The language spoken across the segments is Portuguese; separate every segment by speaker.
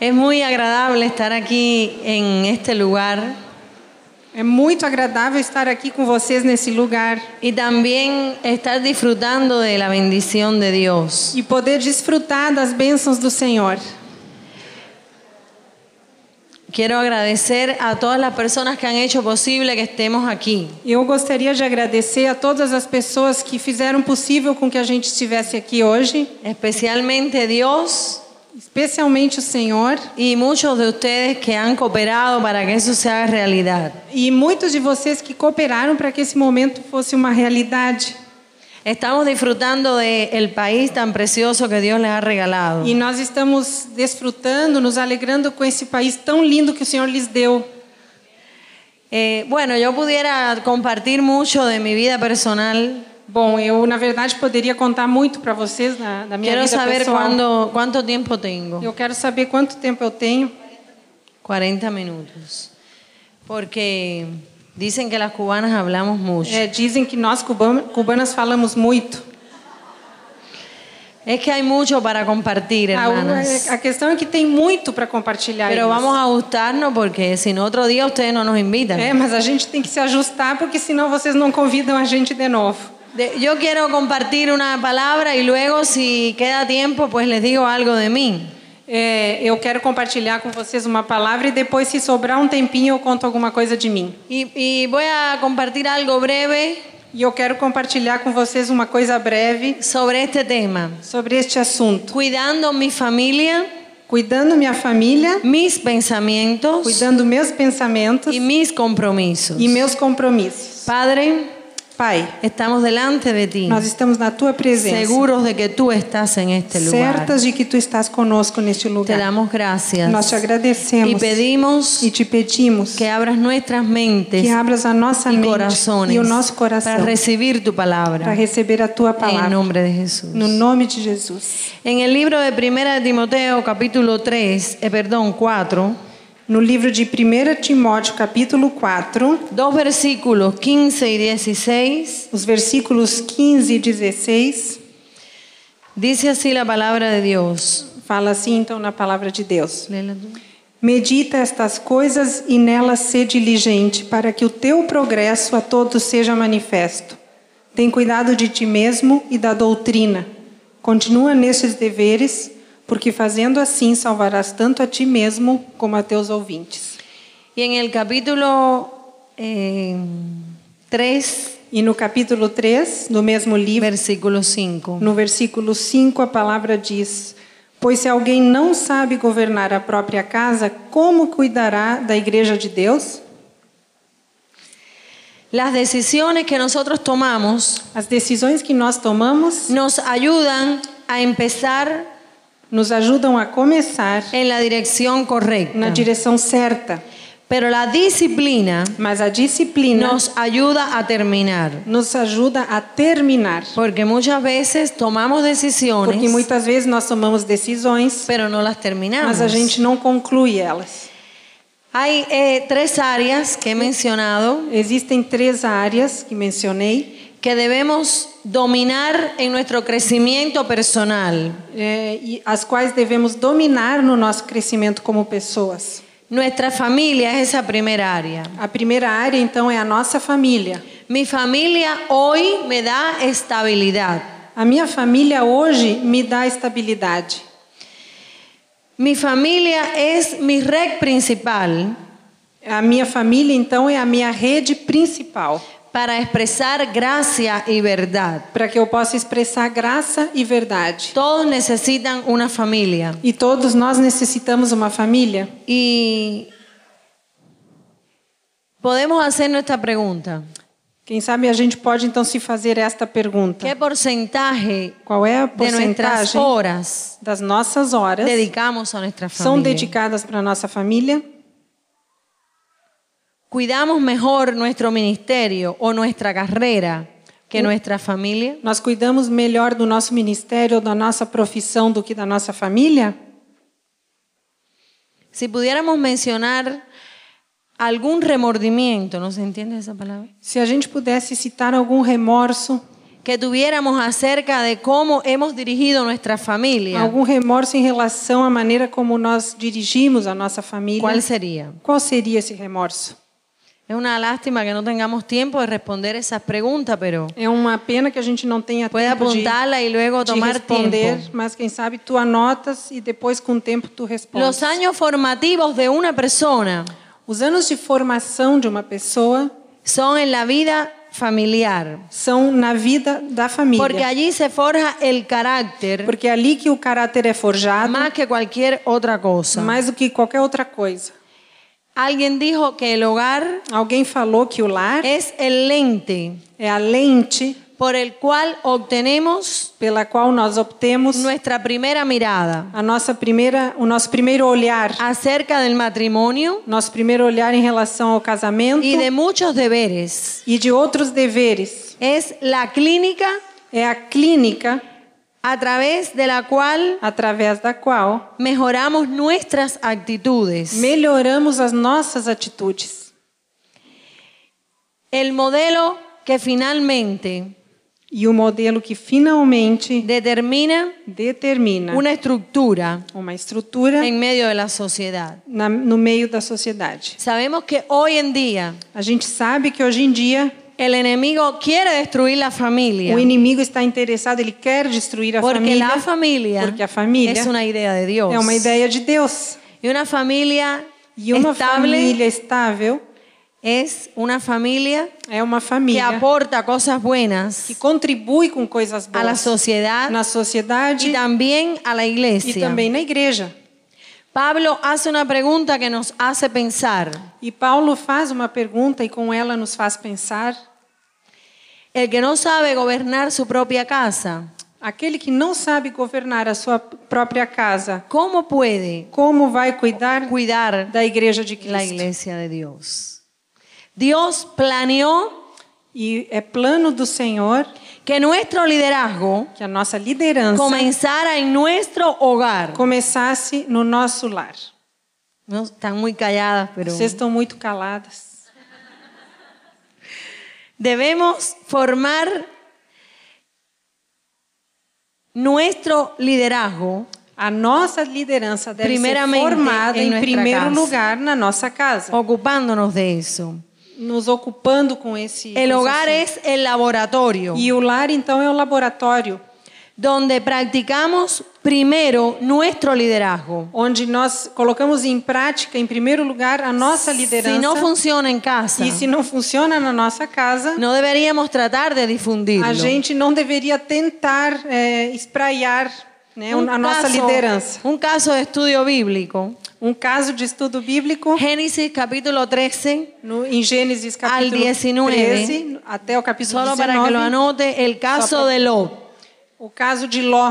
Speaker 1: Es muy agradable estar aquí en este lugar
Speaker 2: É muito agradável estar aqui com vocês nesse lugar
Speaker 1: y también estar disfrutando de la bendición de Dios.
Speaker 2: e poder desfrutar das bênçãos do Senhor.
Speaker 1: Quiero agradecer a todas las personas que han hecho posible que estemos aquí.
Speaker 2: Eu gostaria de agradecer a todas as pessoas que fizeram possível com que a gente estivesse aqui hoje,
Speaker 1: Especialmente Dios
Speaker 2: especialmente o Senhor
Speaker 1: y muchos de ustedes que han cooperado para que eso se haga realidad.
Speaker 2: e muitos de vocês que cooperaram para que esse momento fosse uma realidade.
Speaker 1: Estamos disfrutando del país tan precioso que Dios les ha regalado.
Speaker 2: E nós estamos desfrutando, nos alegrando com esse país tão lindo que o Senhor lhes deu.
Speaker 1: Eh, bueno, yo pudiera compartir mucho de mi vida personal.
Speaker 2: Bom, eu na verdade poderia contar muito para vocês da, da minha
Speaker 1: Quiero
Speaker 2: vida
Speaker 1: saber
Speaker 2: pessoal.
Speaker 1: cuándo- cuánto tiempo tengo.
Speaker 2: Eu quero saber quanto tempo eu tenho.
Speaker 1: 40 minutos. Porque dicen que las cubanas hablamos mucho.
Speaker 2: É, dizem que nós cuban- cubanas falamos muito.
Speaker 1: Es que hay mucho para compartir,
Speaker 2: A,
Speaker 1: hermanas.
Speaker 2: a questão é que tem muito para compartilhar.
Speaker 1: Pero
Speaker 2: irmãs.
Speaker 1: vamos a gustarnos porque si no otro día ustedes no nos invitan.
Speaker 2: É, mas a gente tem que se ajustar porque senão vocês não convidam a gente de novo.
Speaker 1: De- yo quiero compartir una palabra y luego si queda tiempo pues les digo algo de mí.
Speaker 2: É, eu quero compartilhar com vocês uma palavra e depois, se sobrar um tempinho, eu conto alguma coisa de mim.
Speaker 1: Y, y voy a compartir algo breve
Speaker 2: E eu quero compartilhar com vocês uma coisa breve
Speaker 1: sobre este tema.
Speaker 2: sobre este assunto.
Speaker 1: Cuidando mi familia,
Speaker 2: Cuidando minha família,
Speaker 1: mis pensamientos
Speaker 2: cuidando meus pensamentos
Speaker 1: y mis compromisos.
Speaker 2: e meus compromissos.
Speaker 1: Padre,
Speaker 2: Pai,
Speaker 1: estamos delante de ti.
Speaker 2: nós estamos na tua presença.
Speaker 1: seguros de que tú estás en este lugar.
Speaker 2: certas de que tu estás conosco neste
Speaker 1: Te
Speaker 2: lugar.
Speaker 1: damos gracias
Speaker 2: Nós te
Speaker 1: y
Speaker 2: agradecemos
Speaker 1: pedimos
Speaker 2: e te pedimos
Speaker 1: que
Speaker 2: que,
Speaker 1: abras nuestras mentes
Speaker 2: abras a nossa
Speaker 1: y
Speaker 2: mente
Speaker 1: corazones
Speaker 2: e o nosso coração
Speaker 1: para recibir tu
Speaker 2: para
Speaker 1: palabra
Speaker 2: receber a tua
Speaker 1: en
Speaker 2: palavra.
Speaker 1: nombre de Jesús.
Speaker 2: No nome de Jesus.
Speaker 1: En el libro de Primera de Timoteo, capítulo 3, eh, perdón, 4,
Speaker 2: No livro de 1 Timóteo, capítulo 4,
Speaker 1: dos versículos 15 y 16,
Speaker 2: os versículos 15 e 16,
Speaker 1: dice así la palabra de Dios.
Speaker 2: fala assim então na palavra de Deus.
Speaker 1: Léela tú.
Speaker 2: Medita estas coisas e nelas sê diligente, para que o teu progresso a todos seja manifesto. Tem cuidado de ti mesmo e da doutrina. Continua nestes deveres, porque fazendo assim salvarás tanto a ti mesmo como a teus ouvintes.
Speaker 1: Y en el capítulo eh, 3,
Speaker 2: E no capítulo 3, do mesmo livro,
Speaker 1: versículo 5.
Speaker 2: No versículo 5, a palavra diz: Pois se alguém não sabe governar a própria casa, como cuidará da igreja de Deus?
Speaker 1: Las decisiones que nosotros tomamos
Speaker 2: As decisões que nós tomamos
Speaker 1: nos ayudan a empezar
Speaker 2: nos ajudam a começar
Speaker 1: en la dirección
Speaker 2: na
Speaker 1: correcta.
Speaker 2: direção certa,
Speaker 1: Pero la disciplina
Speaker 2: mas a disciplina
Speaker 1: nos ayuda a terminar.
Speaker 2: nos ajuda a terminar,
Speaker 1: Porque muchas veces tomamos
Speaker 2: porque
Speaker 1: decisiones,
Speaker 2: muitas vezes nós tomamos decisões,
Speaker 1: pero no las terminamos.
Speaker 2: mas a gente não conclui elas.
Speaker 1: Hay eh, tres áreas que he mencionado
Speaker 2: Existem três áreas que mencionei
Speaker 1: que debemos dominar en nuestro crecimiento personal.
Speaker 2: eh, e as quais devemos dominar no nosso crescimento como pessoas.
Speaker 1: Nuestra familia es esa primera área.
Speaker 2: A primeira área, então, é a nossa família.
Speaker 1: Mi familia hoy me da estabilidad.
Speaker 2: A minha família hoje me dá estabilidade.
Speaker 1: Mi familia es mi red principal
Speaker 2: A minha família, então, é a minha rede principal
Speaker 1: para expresar gracia y verdad.
Speaker 2: para que eu possa expressar graça e verdade.
Speaker 1: Todos necesitan una familia
Speaker 2: E todos nós necessitamos uma família.
Speaker 1: y podemos hacer nuestra pregunta.
Speaker 2: Quem sabe a gente pode, então, se fazer esta
Speaker 1: ¿Qué
Speaker 2: pergunta:
Speaker 1: porcentaje
Speaker 2: Qual é a
Speaker 1: de nuestras
Speaker 2: porcentagem
Speaker 1: horas
Speaker 2: das nossas horas
Speaker 1: dedicamos a nuestra
Speaker 2: são
Speaker 1: familia?
Speaker 2: dedicadas para a nossa família?
Speaker 1: ¿Cuidamos mejor nuestro ministerio o nuestra carrera que nuestra familia?
Speaker 2: Nós cuidamos melhor do nosso ministério ou da nossa profissão do que da nossa família?
Speaker 1: Si pudiéramos mencionar algún remordimiento, ¿no se entiende esa palabra?
Speaker 2: Se a gente pudesse citar algum remorso
Speaker 1: que tuviéramos acerca de cómo hemos dirigido nuestra familia,
Speaker 2: Algum remorso em relação à maneira como nós dirigimos a nossa família?
Speaker 1: ¿cuál sería?
Speaker 2: Qual seria esse remorso?
Speaker 1: Es una lástima que no tengamos tiempo de responder esas preguntas, pero
Speaker 2: É uma pena que a gente não tenha
Speaker 1: puedes
Speaker 2: tempo de,
Speaker 1: apuntarla y luego
Speaker 2: de
Speaker 1: tomar
Speaker 2: responder,
Speaker 1: tiempo.
Speaker 2: mas quem sabe tu anotas e depois com o tempo tu respondes.
Speaker 1: Los años formativos de una persona
Speaker 2: Os anos de formação de uma pessoa
Speaker 1: son en la vida familiar,
Speaker 2: são na vida da família,
Speaker 1: porque allí se forja el carácter
Speaker 2: porque é ali que o caráter é forjado,
Speaker 1: más que cualquier otra cosa.
Speaker 2: mais do que qualquer outra coisa.
Speaker 1: Alguien dijo que el hogar
Speaker 2: Alguém falou que o lar
Speaker 1: es el lente
Speaker 2: é a lente
Speaker 1: por el cual obtenemos
Speaker 2: pela qual nós obtemos
Speaker 1: nuestra primera mirada
Speaker 2: a nossa primeira, o nosso primeiro olhar,
Speaker 1: acerca del matrimonio
Speaker 2: nosso primeiro olhar em relação ao casamento
Speaker 1: y de muchos deberes.
Speaker 2: e de outros deveres.
Speaker 1: Es la clínica
Speaker 2: É a clínica
Speaker 1: a través de la cual
Speaker 2: através da qual
Speaker 1: mejoramos nuestras actitudes.
Speaker 2: melhoramos as nossas atitudes.
Speaker 1: El modelo que finalmente
Speaker 2: E o modelo que finalmente
Speaker 1: determina
Speaker 2: determina
Speaker 1: una estructura
Speaker 2: uma estrutura
Speaker 1: en medio de la sociedad.
Speaker 2: na- no meio da sociedade.
Speaker 1: Sabemos que hoy en día
Speaker 2: A gente sabe que hoje em dia
Speaker 1: el enemigo quiere destruir la familia
Speaker 2: o inimigo está interessado, ele quer destruir a
Speaker 1: porque
Speaker 2: família,
Speaker 1: la familia
Speaker 2: porque a família
Speaker 1: es una idea de Dios.
Speaker 2: é uma ideia de Deus.
Speaker 1: Y una familia
Speaker 2: E uma
Speaker 1: estable
Speaker 2: família estável
Speaker 1: es una familia
Speaker 2: é uma
Speaker 1: que
Speaker 2: família
Speaker 1: aporta cosas buenas
Speaker 2: que contribui com coisas
Speaker 1: a la
Speaker 2: boas
Speaker 1: sociedad
Speaker 2: na
Speaker 1: y
Speaker 2: sociedade
Speaker 1: también a la
Speaker 2: e
Speaker 1: iglesia.
Speaker 2: também na igreja.
Speaker 1: Pablo hace una pregunta que nos hace pensar.
Speaker 2: E Paulo faz uma pergunta e com ela nos faz pensar:
Speaker 1: El que no sabe gobernar su propia casa,
Speaker 2: aquele que não sabe governar a sua própria casa,
Speaker 1: ¿cómo puede
Speaker 2: como vai cuidar
Speaker 1: cuidar
Speaker 2: da igreja de
Speaker 1: la
Speaker 2: Cristo?
Speaker 1: iglesia de Dios? Dios planeó
Speaker 2: E é plano do Senhor
Speaker 1: que nuestro liderazgo
Speaker 2: que a nossa liderança
Speaker 1: é? comenzara en nuestro hogar.
Speaker 2: começasse no nosso lar.
Speaker 1: No están muy calladas, pero
Speaker 2: Vocês estão muito caladas.
Speaker 1: debemos formar nuestro liderazgo
Speaker 2: A nossa liderança deve ser
Speaker 1: Primeiramente,
Speaker 2: formada
Speaker 1: em
Speaker 2: em,
Speaker 1: nuestra
Speaker 2: primeiro
Speaker 1: casa.
Speaker 2: lugar na nossa casa,
Speaker 1: ocupándonos de eso.
Speaker 2: nos ocupando com esse.
Speaker 1: El
Speaker 2: com esse
Speaker 1: hogar
Speaker 2: assunto.
Speaker 1: es el laboratorio
Speaker 2: E o lar então é o laboratório
Speaker 1: donde practicamos primero nuestro liderazgo.
Speaker 2: onde nós colocamos em prática, em primeiro lugar, a nossa liderança.
Speaker 1: Si no funciona en casa,
Speaker 2: e se não funciona na nossa casa,
Speaker 1: no deberíamos tratar de difundirlo.
Speaker 2: a gente não deveria tentar eh, espraiar
Speaker 1: eh,
Speaker 2: né,
Speaker 1: Um
Speaker 2: a nossa liderança.
Speaker 1: un caso de estudio bíblico.
Speaker 2: Um caso de estudo bíblico
Speaker 1: Génesis capítulo 13,
Speaker 2: no, em Gênesis
Speaker 1: Al
Speaker 2: capítulo
Speaker 1: 19,
Speaker 2: 13 até o capítulo
Speaker 1: solo para que lo
Speaker 2: 19,
Speaker 1: anote, el caso
Speaker 2: para-
Speaker 1: de Lot.
Speaker 2: o caso de Ló.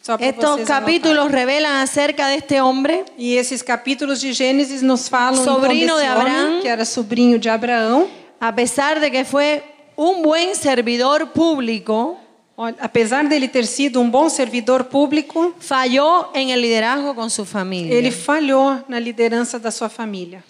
Speaker 2: Só pra
Speaker 1: Estos
Speaker 2: vocês anotarem.
Speaker 1: capítulos revelan acerca de este hombre
Speaker 2: E esses capítulos de Gênesis nos falam
Speaker 1: Sobrinho
Speaker 2: então, desse
Speaker 1: de
Speaker 2: homem,
Speaker 1: Abraão.
Speaker 2: que era sobrinho de Abraão.
Speaker 1: A pesar de que fue un buen servidor público,
Speaker 2: Olha, apesar dele ter sido um bom servidor público,
Speaker 1: falló en el liderazgo con su familia.
Speaker 2: ele falhou na liderança da sua família.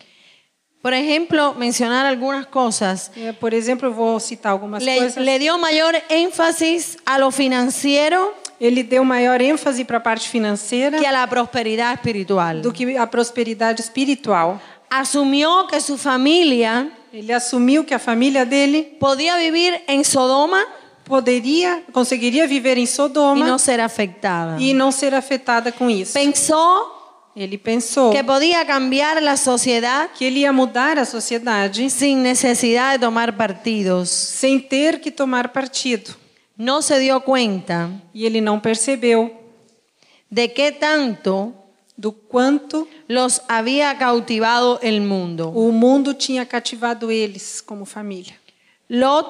Speaker 1: Por ejemplo, mencionar algunas cosas.
Speaker 2: É, por exemplo, eu vou citar algumas
Speaker 1: Le,
Speaker 2: coisas.
Speaker 1: le dio mayor énfasis a lo financiero
Speaker 2: Ele deu maior ênfase para a parte financeira
Speaker 1: que a la prosperidad espiritual.
Speaker 2: do que a prosperidade espiritual.
Speaker 1: Asumió que su familia
Speaker 2: Ele assumiu que a família dele
Speaker 1: podía vivir en Sodoma
Speaker 2: poderia, conseguiria viver em
Speaker 1: y no
Speaker 2: Sodoma
Speaker 1: ser afectada.
Speaker 2: e não ser afetada com isso.
Speaker 1: Pensó
Speaker 2: Ele pensou
Speaker 1: que é podía cambiar la sociedad
Speaker 2: que ele ia mudar a sociedade
Speaker 1: sin necesidad de tomar partidos.
Speaker 2: sem ter que tomar partido.
Speaker 1: No se dio cuenta
Speaker 2: E ele não percebeu
Speaker 1: de qué tanto
Speaker 2: do quanto
Speaker 1: los había cautivado el mundo.
Speaker 2: o mundo tinha cativado eles como família.
Speaker 1: Lot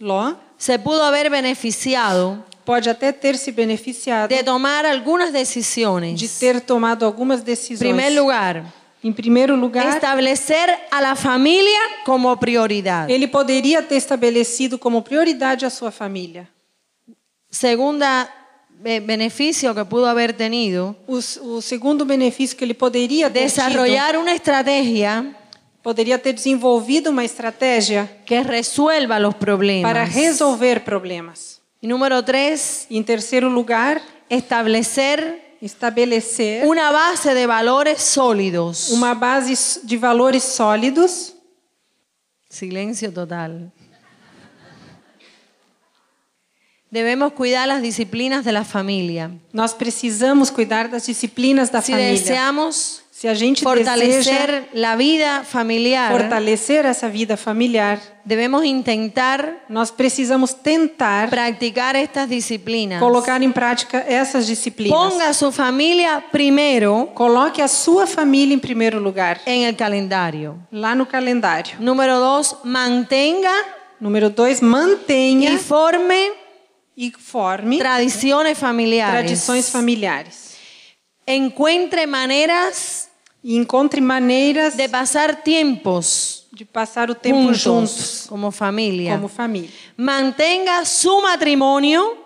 Speaker 2: Ló
Speaker 1: se pudo haber beneficiado
Speaker 2: pode até ter se beneficiado
Speaker 1: de tomar algunas
Speaker 2: de
Speaker 1: decisiones.
Speaker 2: ter tomado algumas
Speaker 1: En
Speaker 2: decisões.
Speaker 1: primer lugar,
Speaker 2: em primeiro lugar,
Speaker 1: establecer a la familia como prioridad.
Speaker 2: ele poderia ter estabelecido como prioridade a sua família.
Speaker 1: Segunda eh, beneficio que pudo haber tenido,
Speaker 2: O, s- o segundo benefício que ele poderia ter tido
Speaker 1: desarrollar una estrategia
Speaker 2: Poderia ter desenvolvido uma estratégia
Speaker 1: que resuelva los problemas.
Speaker 2: para resolver problemas.
Speaker 1: Y número tres,
Speaker 2: Em terceiro lugar,
Speaker 1: establecer
Speaker 2: estabelecer
Speaker 1: una base de valores sólidos.
Speaker 2: uma base de valores sólidos.
Speaker 1: Silencio total. Debemos cuidar las disciplinas de la familia.
Speaker 2: Nós precisamos cuidar das disciplinas da
Speaker 1: si
Speaker 2: família.
Speaker 1: deseamos
Speaker 2: Se a gente deseja
Speaker 1: fortalecer la vida familiar,
Speaker 2: fortalecer essa vida familiar,
Speaker 1: debemos intentar
Speaker 2: nós precisamos tentar
Speaker 1: practicar estas disciplinas.
Speaker 2: colocar em prática essas disciplinas.
Speaker 1: Ponga a su familia primero
Speaker 2: Coloque a sua família em primeiro lugar,
Speaker 1: en el calendario.
Speaker 2: lá no calendário.
Speaker 1: Número dos, mantenga
Speaker 2: Número dois,
Speaker 1: y
Speaker 2: mantenha
Speaker 1: forme
Speaker 2: e forme
Speaker 1: tradiciones familiares.
Speaker 2: tradições familiares.
Speaker 1: Encuentre maneras
Speaker 2: E encontre maneiras
Speaker 1: de pasar tiempos
Speaker 2: de passar o tempo
Speaker 1: juntos,
Speaker 2: juntos,
Speaker 1: como familia.
Speaker 2: como família.
Speaker 1: Mantenga su matrimonio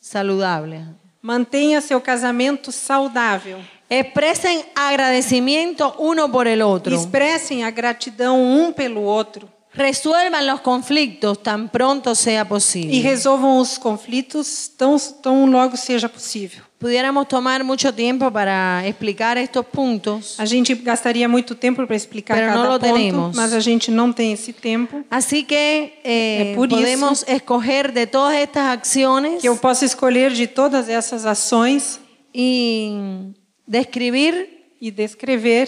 Speaker 1: saludable.
Speaker 2: Mantenha seu casamento saudável.
Speaker 1: Expresen agradecimiento uno por el otro.
Speaker 2: Expressem a gratidão um pelo outro
Speaker 1: Resuelvan los conflictos tan pronto sea
Speaker 2: e
Speaker 1: posible.
Speaker 2: resolvam os conflitos tão, tão logo seja possível.
Speaker 1: Pudiéramos tomar mucho tiempo para explicar estos puntos.
Speaker 2: A gente gastaria muito tempo para explicar
Speaker 1: Pero
Speaker 2: cada
Speaker 1: no lo
Speaker 2: ponto,
Speaker 1: tenemos.
Speaker 2: mas a gente não tem esse tempo.
Speaker 1: Así que eh,
Speaker 2: Es por eso-
Speaker 1: podemos escoger de todas estas acciones
Speaker 2: Que eu posso escolher de todas essas ações
Speaker 1: y describir
Speaker 2: e descrever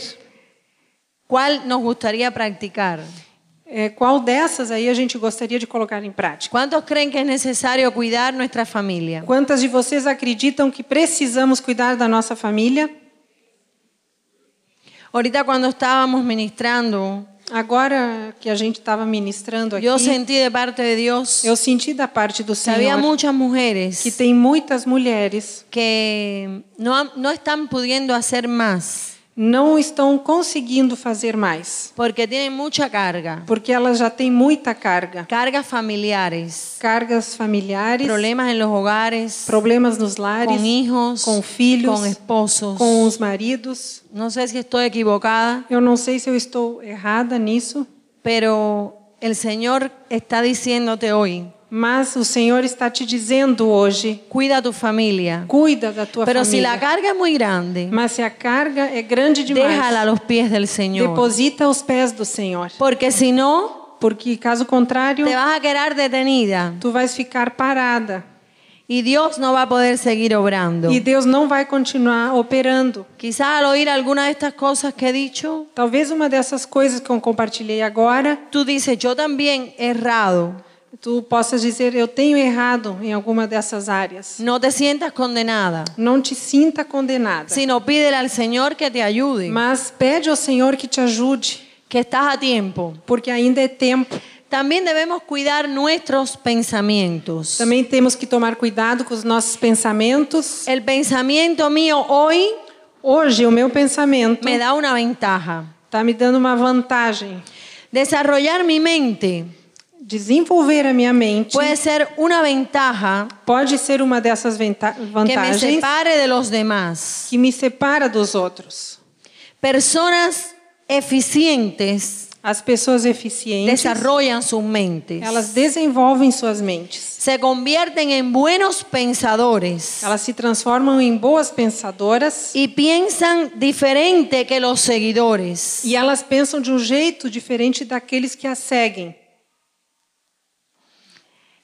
Speaker 1: cuál nos gustaría practicar.
Speaker 2: eh, qual dessas aí a gente gostaria de colocar em prática.
Speaker 1: ¿Cuántos creen que es necesario cuidar nuestra familia?
Speaker 2: Quantas de vocês acreditam que precisamos cuidar da nossa família?
Speaker 1: Ahorita cuando estábamos ministrando,
Speaker 2: Agora que a gente estava ministrando aqui,
Speaker 1: yo sentí de parte de Dios
Speaker 2: eu senti da parte do
Speaker 1: que había
Speaker 2: Senhor
Speaker 1: muchas
Speaker 2: que
Speaker 1: mujeres
Speaker 2: tem muitas mulheres
Speaker 1: que no, han- no están pudiendo hacer más
Speaker 2: não estão conseguindo fazer mais,
Speaker 1: porque tienen mucha carga,
Speaker 2: porque elas já têm muita carga,
Speaker 1: cargas familiares,
Speaker 2: cargas familiares,
Speaker 1: problemas en los hogares,
Speaker 2: problemas nos lares,
Speaker 1: con hijos,
Speaker 2: com filhos,
Speaker 1: con esposos.
Speaker 2: com os maridos.
Speaker 1: No sé si estoy equivocada,
Speaker 2: Eu não sei se eu estou errada nisso,
Speaker 1: pero el Señor está diciéndote hoy,
Speaker 2: mas o Senhor está te dizendo hoje:
Speaker 1: cuida tu familia.
Speaker 2: cuida da tua
Speaker 1: Pero si la
Speaker 2: família.
Speaker 1: carga es muy grande,
Speaker 2: Mas se a carga é grande demais,
Speaker 1: Déjala a los pies del Señor.
Speaker 2: deposita aos pés do Senhor,
Speaker 1: Porque si no,
Speaker 2: porque caso contrário,
Speaker 1: te vas a quedar detenida
Speaker 2: tu vais ficar parada
Speaker 1: y Dios no va a poder seguir obrando.
Speaker 2: e Deus não vai continuar operando.
Speaker 1: Quizás al oír alguna de estas cosas que he dicho,
Speaker 2: Talvez uma dessas coisas que eu compartilhei agora,
Speaker 1: tú dices, yo también he errado.
Speaker 2: tu possas dizer: eu tenho errado em alguma dessas áreas.
Speaker 1: No te sientas condenada,
Speaker 2: Não te sinta condenada,
Speaker 1: sino pídele al Señor que te ayude,
Speaker 2: mas pede ao Senhor que te ajude.
Speaker 1: que estás a tiempo.
Speaker 2: porque ainda é tempo.
Speaker 1: También debemos cuidar nuestros pensamientos.
Speaker 2: Também temos que tomar cuidado com os nossos pensamentos.
Speaker 1: El pensamiento mío hoy
Speaker 2: Hoje, o meu pensamento
Speaker 1: me da una ventaja.
Speaker 2: está me dando uma vantagem.
Speaker 1: Desarrollar mi mente
Speaker 2: Desenvolver a minha mente
Speaker 1: puede ser una ventaja
Speaker 2: pode ser uma dessas venta-
Speaker 1: que me
Speaker 2: vantagens
Speaker 1: separe de los demás.
Speaker 2: que me separa dos outros.
Speaker 1: Personas eficientes
Speaker 2: As pessoas eficientes,
Speaker 1: desarrollan sus mentes.
Speaker 2: elas desenvolvem suas mentes.
Speaker 1: Se convierten en buenos pensadores
Speaker 2: Elas se transformam em boas pensadoras
Speaker 1: y piensan diferente que los seguidores.
Speaker 2: e elas pensam de um jeito diferente daqueles que a seguem.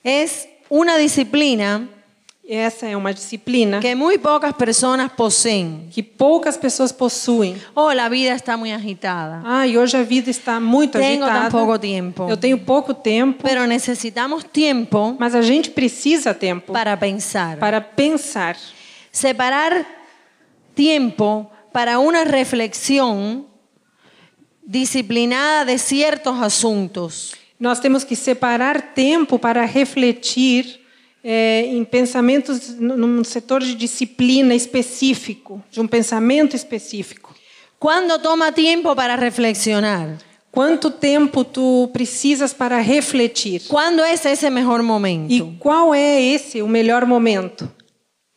Speaker 1: Es una disciplina
Speaker 2: Essa é uma disciplina
Speaker 1: que muy pocas personas poseen.
Speaker 2: que poucas pessoas possuem.
Speaker 1: Oh, la vida está muy agitada.
Speaker 2: Ah, e hoje a vida está muito
Speaker 1: Tengo
Speaker 2: agitada.
Speaker 1: tan poco tiempo.
Speaker 2: Eu tenho pouco tempo,
Speaker 1: Pero necesitamos tiempo
Speaker 2: mas a gente precisa tempo
Speaker 1: para pensar.
Speaker 2: para pensar.
Speaker 1: Separar tiempo para una reflexión disciplinada de ciertos asuntos.
Speaker 2: Nós temos que separar tempo para refletir eh, em pensamentos n- num setor de disciplina específico, de um pensamento específico.
Speaker 1: ¿Cuándo toma tiempo para reflexionar?
Speaker 2: Quanto tempo tu precisas para refletir?
Speaker 1: ¿Cuándo es ese mejor
Speaker 2: E
Speaker 1: momento?
Speaker 2: qual é esse o melhor momento?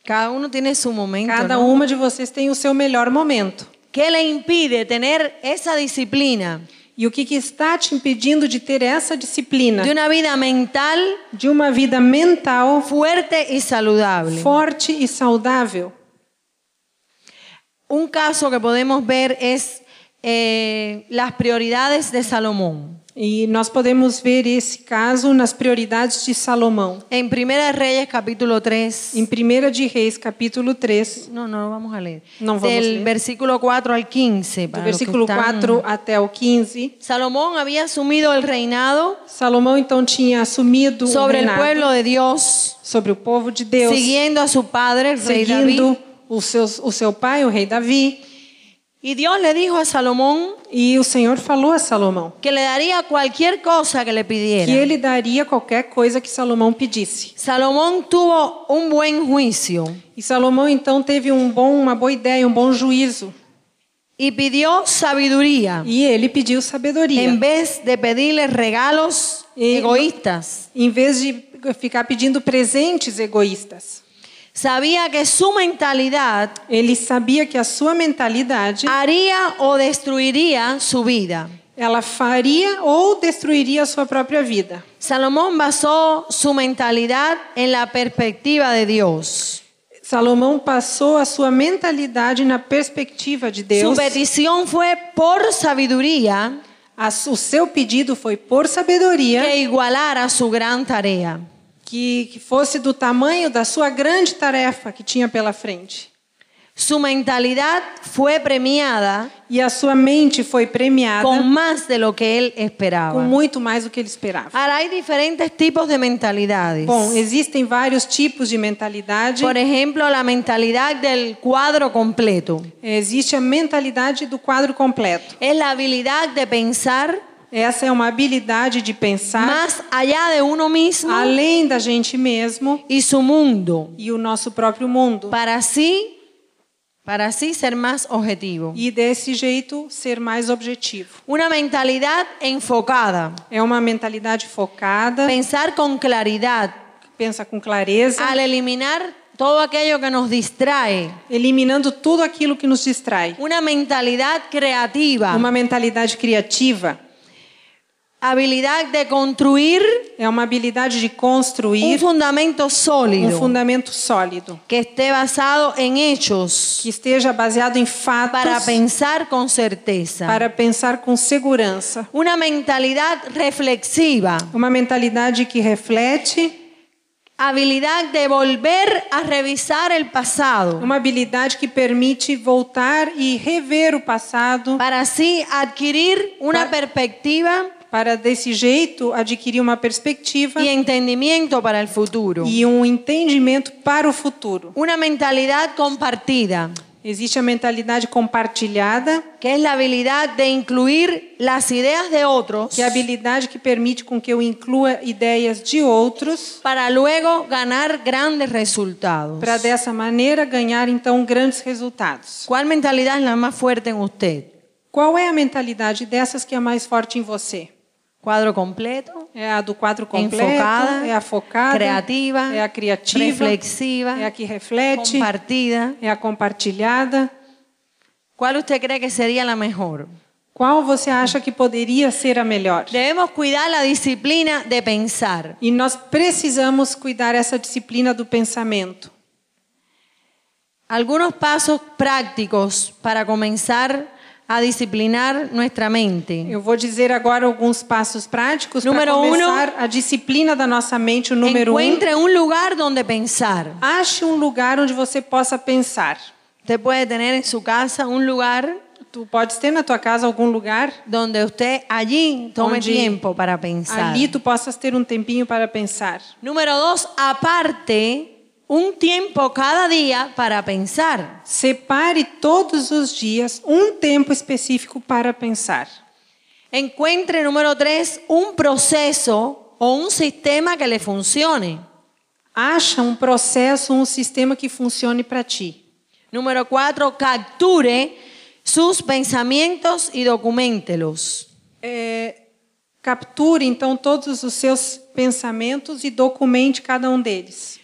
Speaker 1: Cada uno tiene su momento.
Speaker 2: Cada
Speaker 1: ¿no?
Speaker 2: uma de vocês tem o seu melhor momento.
Speaker 1: ¿Qué le impide tener esa disciplina
Speaker 2: E o que, que está te impedindo de ter essa disciplina
Speaker 1: de una vida mental
Speaker 2: de uma vida mental
Speaker 1: fuerte y saludable?
Speaker 2: forte e saudável?
Speaker 1: Un caso que podemos ver es eh, las prioridades de Salomón.
Speaker 2: E nós podemos ver esse caso nas prioridades de Salomão.
Speaker 1: En Primera de Reyes capítulo 3.
Speaker 2: Em 1 de Reis, capítulo 3,
Speaker 1: No, no lo vamos a leer.
Speaker 2: No vamos a
Speaker 1: Del
Speaker 2: leer.
Speaker 1: versículo 4 al 15.
Speaker 2: do
Speaker 1: para los que
Speaker 2: versículo
Speaker 1: están-
Speaker 2: 4 até o 15,
Speaker 1: Salomón había asumido el reinado
Speaker 2: Salomão então tinha assumido o
Speaker 1: sobre el
Speaker 2: reinado
Speaker 1: pueblo de Dios,
Speaker 2: sobre o povo de Deus,
Speaker 1: siguiendo a su padre, el rey
Speaker 2: seguindo
Speaker 1: David.
Speaker 2: o, seus, o seu pai, o rei Davi.
Speaker 1: Y Dios le dijo a Salomón
Speaker 2: E o Senhor falou a Salomão
Speaker 1: que le daría cualquier cosa que le pidiera.
Speaker 2: que ele daria qualquer coisa que Salomão pedisse.
Speaker 1: Salomón tuvo un buen juicio
Speaker 2: E Salomão então teve um bom, uma boa ideia, um bom juízo.
Speaker 1: y pidió sabiduría
Speaker 2: E ele pediu sabedoria.
Speaker 1: en vez de pedirle regalos
Speaker 2: Y-
Speaker 1: egoístas.
Speaker 2: em vez de ficar pedindo presentes egoístas.
Speaker 1: Sabía que su mentalidad
Speaker 2: Ele sabia que a sua mentalidade
Speaker 1: haría o destruiría su vida.
Speaker 2: ela faria ou destruiria a sua própria vida.
Speaker 1: Salomón basó su mentalidad en la perspectiva de Dios.
Speaker 2: Salomão passou a sua mentalidade na perspectiva de
Speaker 1: Su
Speaker 2: Deus.
Speaker 1: petición fue por sabiduría
Speaker 2: A su- O seu pedido foi por sabedoria
Speaker 1: que igualara su gran tarea.
Speaker 2: que, que fosse do tamanho da sua grande tarefa que tinha pela frente.
Speaker 1: Su mentalidad fue premiada
Speaker 2: E a sua mente foi premiada
Speaker 1: con más de lo que él
Speaker 2: com
Speaker 1: esperaba.
Speaker 2: muito mais do que ele esperava.
Speaker 1: Ahora hay diferentes tipos de mentalidades.
Speaker 2: Bom, existem vários tipos de mentalidade.
Speaker 1: Por ejemplo, la mentalidad del cuadro completo.
Speaker 2: Existe a mentalidade do quadro completo.
Speaker 1: Es la habilidad de pensar
Speaker 2: Essa é uma habilidade de pensar
Speaker 1: más allá de uno mismo
Speaker 2: além da gente mesmo
Speaker 1: y su mundo
Speaker 2: e o nosso próprio mundo.
Speaker 1: para así para así ser más objetivo.
Speaker 2: E desse jeito ser mais objetivo.
Speaker 1: Una mentalidad enfocada,
Speaker 2: É uma mentalidade focada,
Speaker 1: pensar con claridad
Speaker 2: pensa com clareza,
Speaker 1: al eliminar todo aquello que nos distrae.
Speaker 2: eliminando tudo aquilo que nos distrai.
Speaker 1: Una mentalidad creativa,
Speaker 2: Uma mentalidade criativa
Speaker 1: habilidad de construir
Speaker 2: é uma habilidade de
Speaker 1: un
Speaker 2: construir
Speaker 1: fundamento
Speaker 2: um
Speaker 1: sólido
Speaker 2: fundamento sólido,
Speaker 1: que esté basado en hechos
Speaker 2: que esteja baseado em fatos
Speaker 1: para pensar con certeza.
Speaker 2: para pensar com segurança.
Speaker 1: Una mentalidad reflexiva,
Speaker 2: Uma mentalidade que reflete
Speaker 1: habilidad de volver a revisar el pasado
Speaker 2: Uma habilidade que permite voltar e rever o passado
Speaker 1: para así adquirir una
Speaker 2: Pa-
Speaker 1: perspectiva
Speaker 2: para desse jeito adquirir uma perspectiva
Speaker 1: y entendimiento para el futuro.
Speaker 2: e um entendimento para o futuro.
Speaker 1: Una mentalidad compartida,
Speaker 2: Existe a mentalidade compartilhada,
Speaker 1: que es la habilidad de incluir las ideas de otros
Speaker 2: que é a habilidade que permite com que eu inclua ideias de outros
Speaker 1: para luego ganar grandes resultados.
Speaker 2: para dessa maneira ganhar então grandes resultados.
Speaker 1: ¿Cuál mentalidad es la más fuerte en usted?
Speaker 2: Qual é a mentalidade dessas que é mais forte em você?
Speaker 1: Cuadro completo,
Speaker 2: É a do quadro completo,
Speaker 1: Enfocada,
Speaker 2: é a focada,
Speaker 1: criativa,
Speaker 2: é a criativa,
Speaker 1: reflexiva,
Speaker 2: é a que reflete,
Speaker 1: compartida.
Speaker 2: é a compartilhada.
Speaker 1: ¿Cuál usted cree que sería la mejor?
Speaker 2: Qual você acha que poderia ser a melhor?
Speaker 1: Debemos cuidar la disciplina de pensar.
Speaker 2: E nós precisamos cuidar essa disciplina do pensamento.
Speaker 1: Algunos pasos prácticos para comenzar a disciplinar nuestra mente.
Speaker 2: Eu vou dizer agora alguns passos práticos para
Speaker 1: Número um.
Speaker 2: começar a disciplina da nossa mente. O número um,
Speaker 1: Encuentre un lugar donde pensar.
Speaker 2: ache um lugar onde você possa pensar.
Speaker 1: Usted puede tener en su casa un lugar
Speaker 2: Tu podes ter na tua casa algum lugar
Speaker 1: donde usted allí tome
Speaker 2: Onde-
Speaker 1: tiempo para pensar.
Speaker 2: ali tu possas ter um tempinho para pensar.
Speaker 1: Número dos, aparte un tiempo cada día para pensar.
Speaker 2: Separe todos os dias um tempo específico para pensar.
Speaker 1: Encuentre, número tres, un proceso o un sistema que le funcione.
Speaker 2: Acha um processo, um sistema que funcione para ti.
Speaker 1: Número cuatro, capture sus pensamientos y documentelos.
Speaker 2: É, capture então todos os seus pensamentos e documente cada um deles.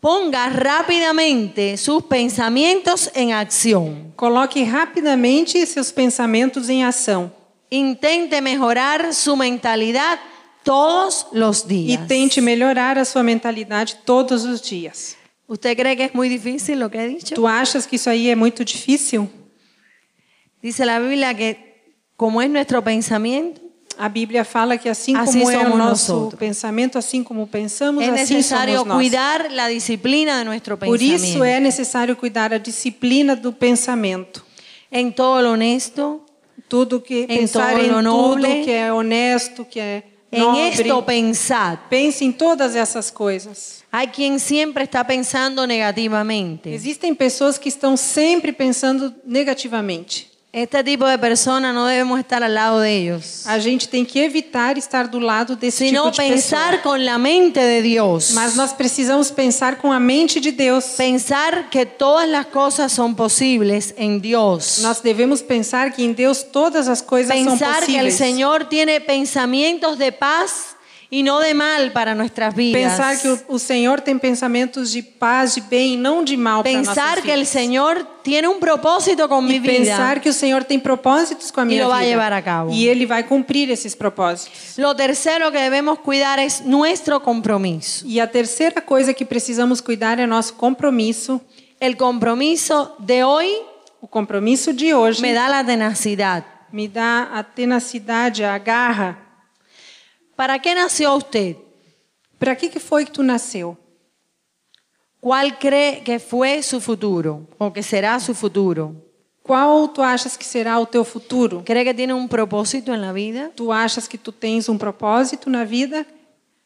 Speaker 1: Ponga rápidamente sus pensamientos en acción.
Speaker 2: Coloque rapidamente seus pensamentos em ação
Speaker 1: Intente mejorar su mentalidad todos los
Speaker 2: e
Speaker 1: días.
Speaker 2: tente melhorar a sua mentalidade todos os dias.
Speaker 1: ¿Usted cree que es muy difícil lo que he dicho?
Speaker 2: Tu achas que isso aí é muito difícil?
Speaker 1: Dice la Biblia que como es nuestro pensamiento,
Speaker 2: A Bíblia fala que assim
Speaker 1: Assim
Speaker 2: como é o
Speaker 1: somos
Speaker 2: nosso
Speaker 1: nós outros.
Speaker 2: pensamento, assim como pensamos,
Speaker 1: es
Speaker 2: assim
Speaker 1: necesario
Speaker 2: somos nós.
Speaker 1: cuidar la disciplina de nuestro
Speaker 2: Por isso é
Speaker 1: pensamiento.
Speaker 2: necessário cuidar a disciplina do pensamento.
Speaker 1: En todo lo honesto,
Speaker 2: Tudo que pensar
Speaker 1: todo
Speaker 2: em
Speaker 1: lo
Speaker 2: tudo
Speaker 1: noble.
Speaker 2: que é honesto, que é
Speaker 1: en
Speaker 2: nobre.
Speaker 1: esto pensad.
Speaker 2: Pense em todas essas coisas.
Speaker 1: Hay quien siempre está pensando negativamente.
Speaker 2: Existem pessoas que estão sempre pensando negativamente.
Speaker 1: Este tipo de personas no debemos estar al lado de ellos,
Speaker 2: A gente tem que evitar estar do lado desse
Speaker 1: sino
Speaker 2: tipo de pessoa.
Speaker 1: pensar con la mente de Dios.
Speaker 2: Mas nós precisamos pensar com a mente de Deus.
Speaker 1: Pensar que todas las cosas son posibles en Dios.
Speaker 2: Nós devemos pensar que em Deus todas as coisas são
Speaker 1: Pensar que el
Speaker 2: possíveis.
Speaker 1: Señor tiene pensamientos de paz y no de mal para nuestras vidas.
Speaker 2: Pensar que o, o Senhor tem pensamentos de paz, de bem, não de mal para nossas
Speaker 1: Pensar que el
Speaker 2: vidas.
Speaker 1: Señor tiene un propósito con mi
Speaker 2: E pensar
Speaker 1: vida.
Speaker 2: que o Senhor tem propósitos com a minha
Speaker 1: lo vai
Speaker 2: vida.
Speaker 1: levar a cabo.
Speaker 2: E Ele vai cumprir esses propósitos.
Speaker 1: Lo tercero que debemos cuidar es nuestro compromiso.
Speaker 2: E a terceira coisa que precisamos cuidar é nosso compromisso.
Speaker 1: El compromiso de hoy
Speaker 2: O compromisso de hoje
Speaker 1: me da la tenacidad.
Speaker 2: me dá a tenacidade, a garra.
Speaker 1: ¿Para qué nació usted?
Speaker 2: Para que, que foi que tu nasceu?
Speaker 1: ¿Cuál cree que fue su futuro o que será su futuro?
Speaker 2: Qual tu achas que será o teu futuro?
Speaker 1: ¿Cree que tiene un propósito en la vida?
Speaker 2: Tu achas que tu tens um propósito na vida?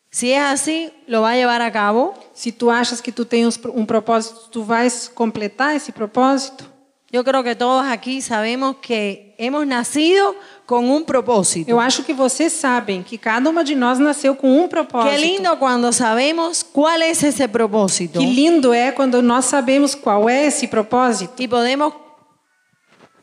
Speaker 1: Si es así, lo va a llevar a cabo.
Speaker 2: Se tu achas que tu tens um propósito, tu vais completar esse propósito?
Speaker 1: Yo creo que todos aquí sabemos que hemos nacido con un propósito.
Speaker 2: Eu acho que vocês sabem que cada uma de nós nasceu com um propósito.
Speaker 1: Qué lindo cuando sabemos cuál es ese propósito
Speaker 2: Que lindo é quando nós sabemos qual é esse propósito
Speaker 1: y podemos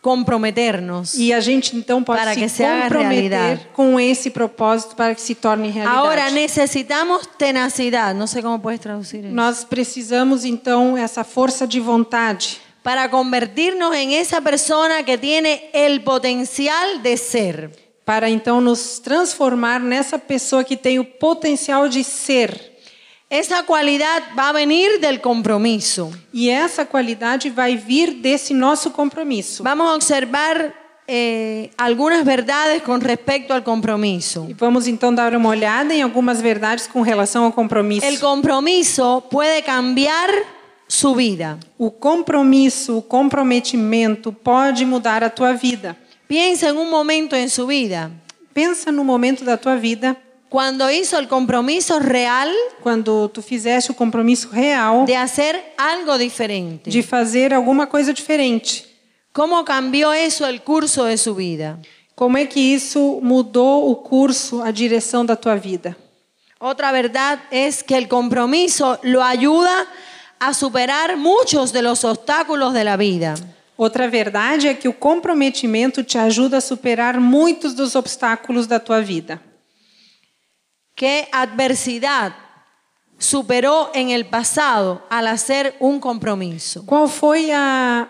Speaker 1: comprometernos.
Speaker 2: e a gente então pode
Speaker 1: Para
Speaker 2: se
Speaker 1: que se haga realidade.
Speaker 2: comprometer com esse propósito para que se torne realidade.
Speaker 1: Ahora necesitamos tenacidad, no sé cómo puedes traducir eso,
Speaker 2: nós precisamos então essa força de vontade
Speaker 1: para convertirnos en esa persona que tiene el potencial de ser.
Speaker 2: para então nos transformar nessa pessoa que tem o potencial de ser.
Speaker 1: Esa cualidad va a venir del compromiso.
Speaker 2: E essa qualidade vai vir desse nosso compromisso.
Speaker 1: Vamos a observar eh, algunas verdades con respecto al compromiso.
Speaker 2: E vamos então dar uma olhada em algumas verdades com relação ao compromisso.
Speaker 1: El compromiso puede cambiar su vida.
Speaker 2: O compromisso, o comprometimento pode mudar a tua vida.
Speaker 1: Piensa en un momento en su vida
Speaker 2: Pensa no momento da tua vida
Speaker 1: cuando hizo el compromiso real
Speaker 2: quando tu fizeste o compromisso real
Speaker 1: de hacer algo diferente.
Speaker 2: de fazer alguma coisa diferente.
Speaker 1: ¿Cómo cambió eso el curso de su vida?
Speaker 2: Como é que isso mudou o curso, a direção da tua vida?
Speaker 1: Otra verdad es que el compromiso lo ayuda a superar muchos de los obstáculos de la vida.
Speaker 2: Outra verdade é que o comprometimento te ajuda a superar muitos dos obstáculos da tua vida.
Speaker 1: ¿Qué adversidad superó en el pasado al hacer un compromiso?
Speaker 2: Qual foi a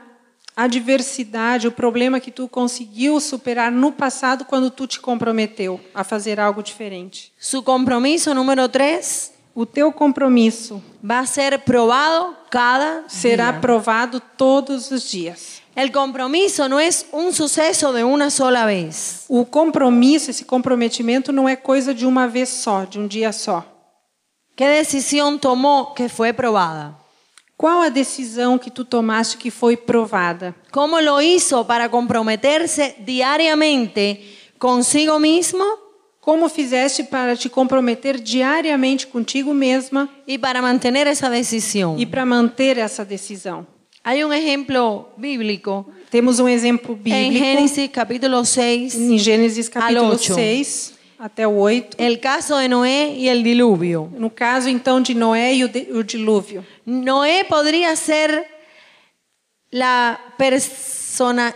Speaker 2: adversidade, o problema que tu conseguiu superar no passado quando tu te comprometeu a fazer algo diferente?
Speaker 1: Su compromiso número tres
Speaker 2: O teu compromisso
Speaker 1: va a ser probado cada
Speaker 2: será
Speaker 1: día.
Speaker 2: provado todos os dias.
Speaker 1: El compromiso no es un suceso de una sola vez.
Speaker 2: O compromisso, esse comprometimento não é coisa de uma vez só, de um dia só.
Speaker 1: ¿Qué decisión tomó que fue probada?
Speaker 2: Qual a decisão que tu tomaste que foi provada?
Speaker 1: ¿Cómo lo hizo para comprometerse diariamente consigo mismo
Speaker 2: Como fizeste para te comprometer diariamente contigo mesma
Speaker 1: y para mantener esa decisión?
Speaker 2: e para manter essa decisão?
Speaker 1: Hay un ejemplo bíblico,
Speaker 2: Temos um exemplo
Speaker 1: en
Speaker 2: bíblico
Speaker 1: Génesis capítulo 6,
Speaker 2: Em Gênesis capítulo
Speaker 1: oito.
Speaker 2: 6 até o 8.
Speaker 1: el caso de Noé y el diluvio.
Speaker 2: No caso então de Noé e o, de- o dilúvio.
Speaker 1: Noé podría ser la persona,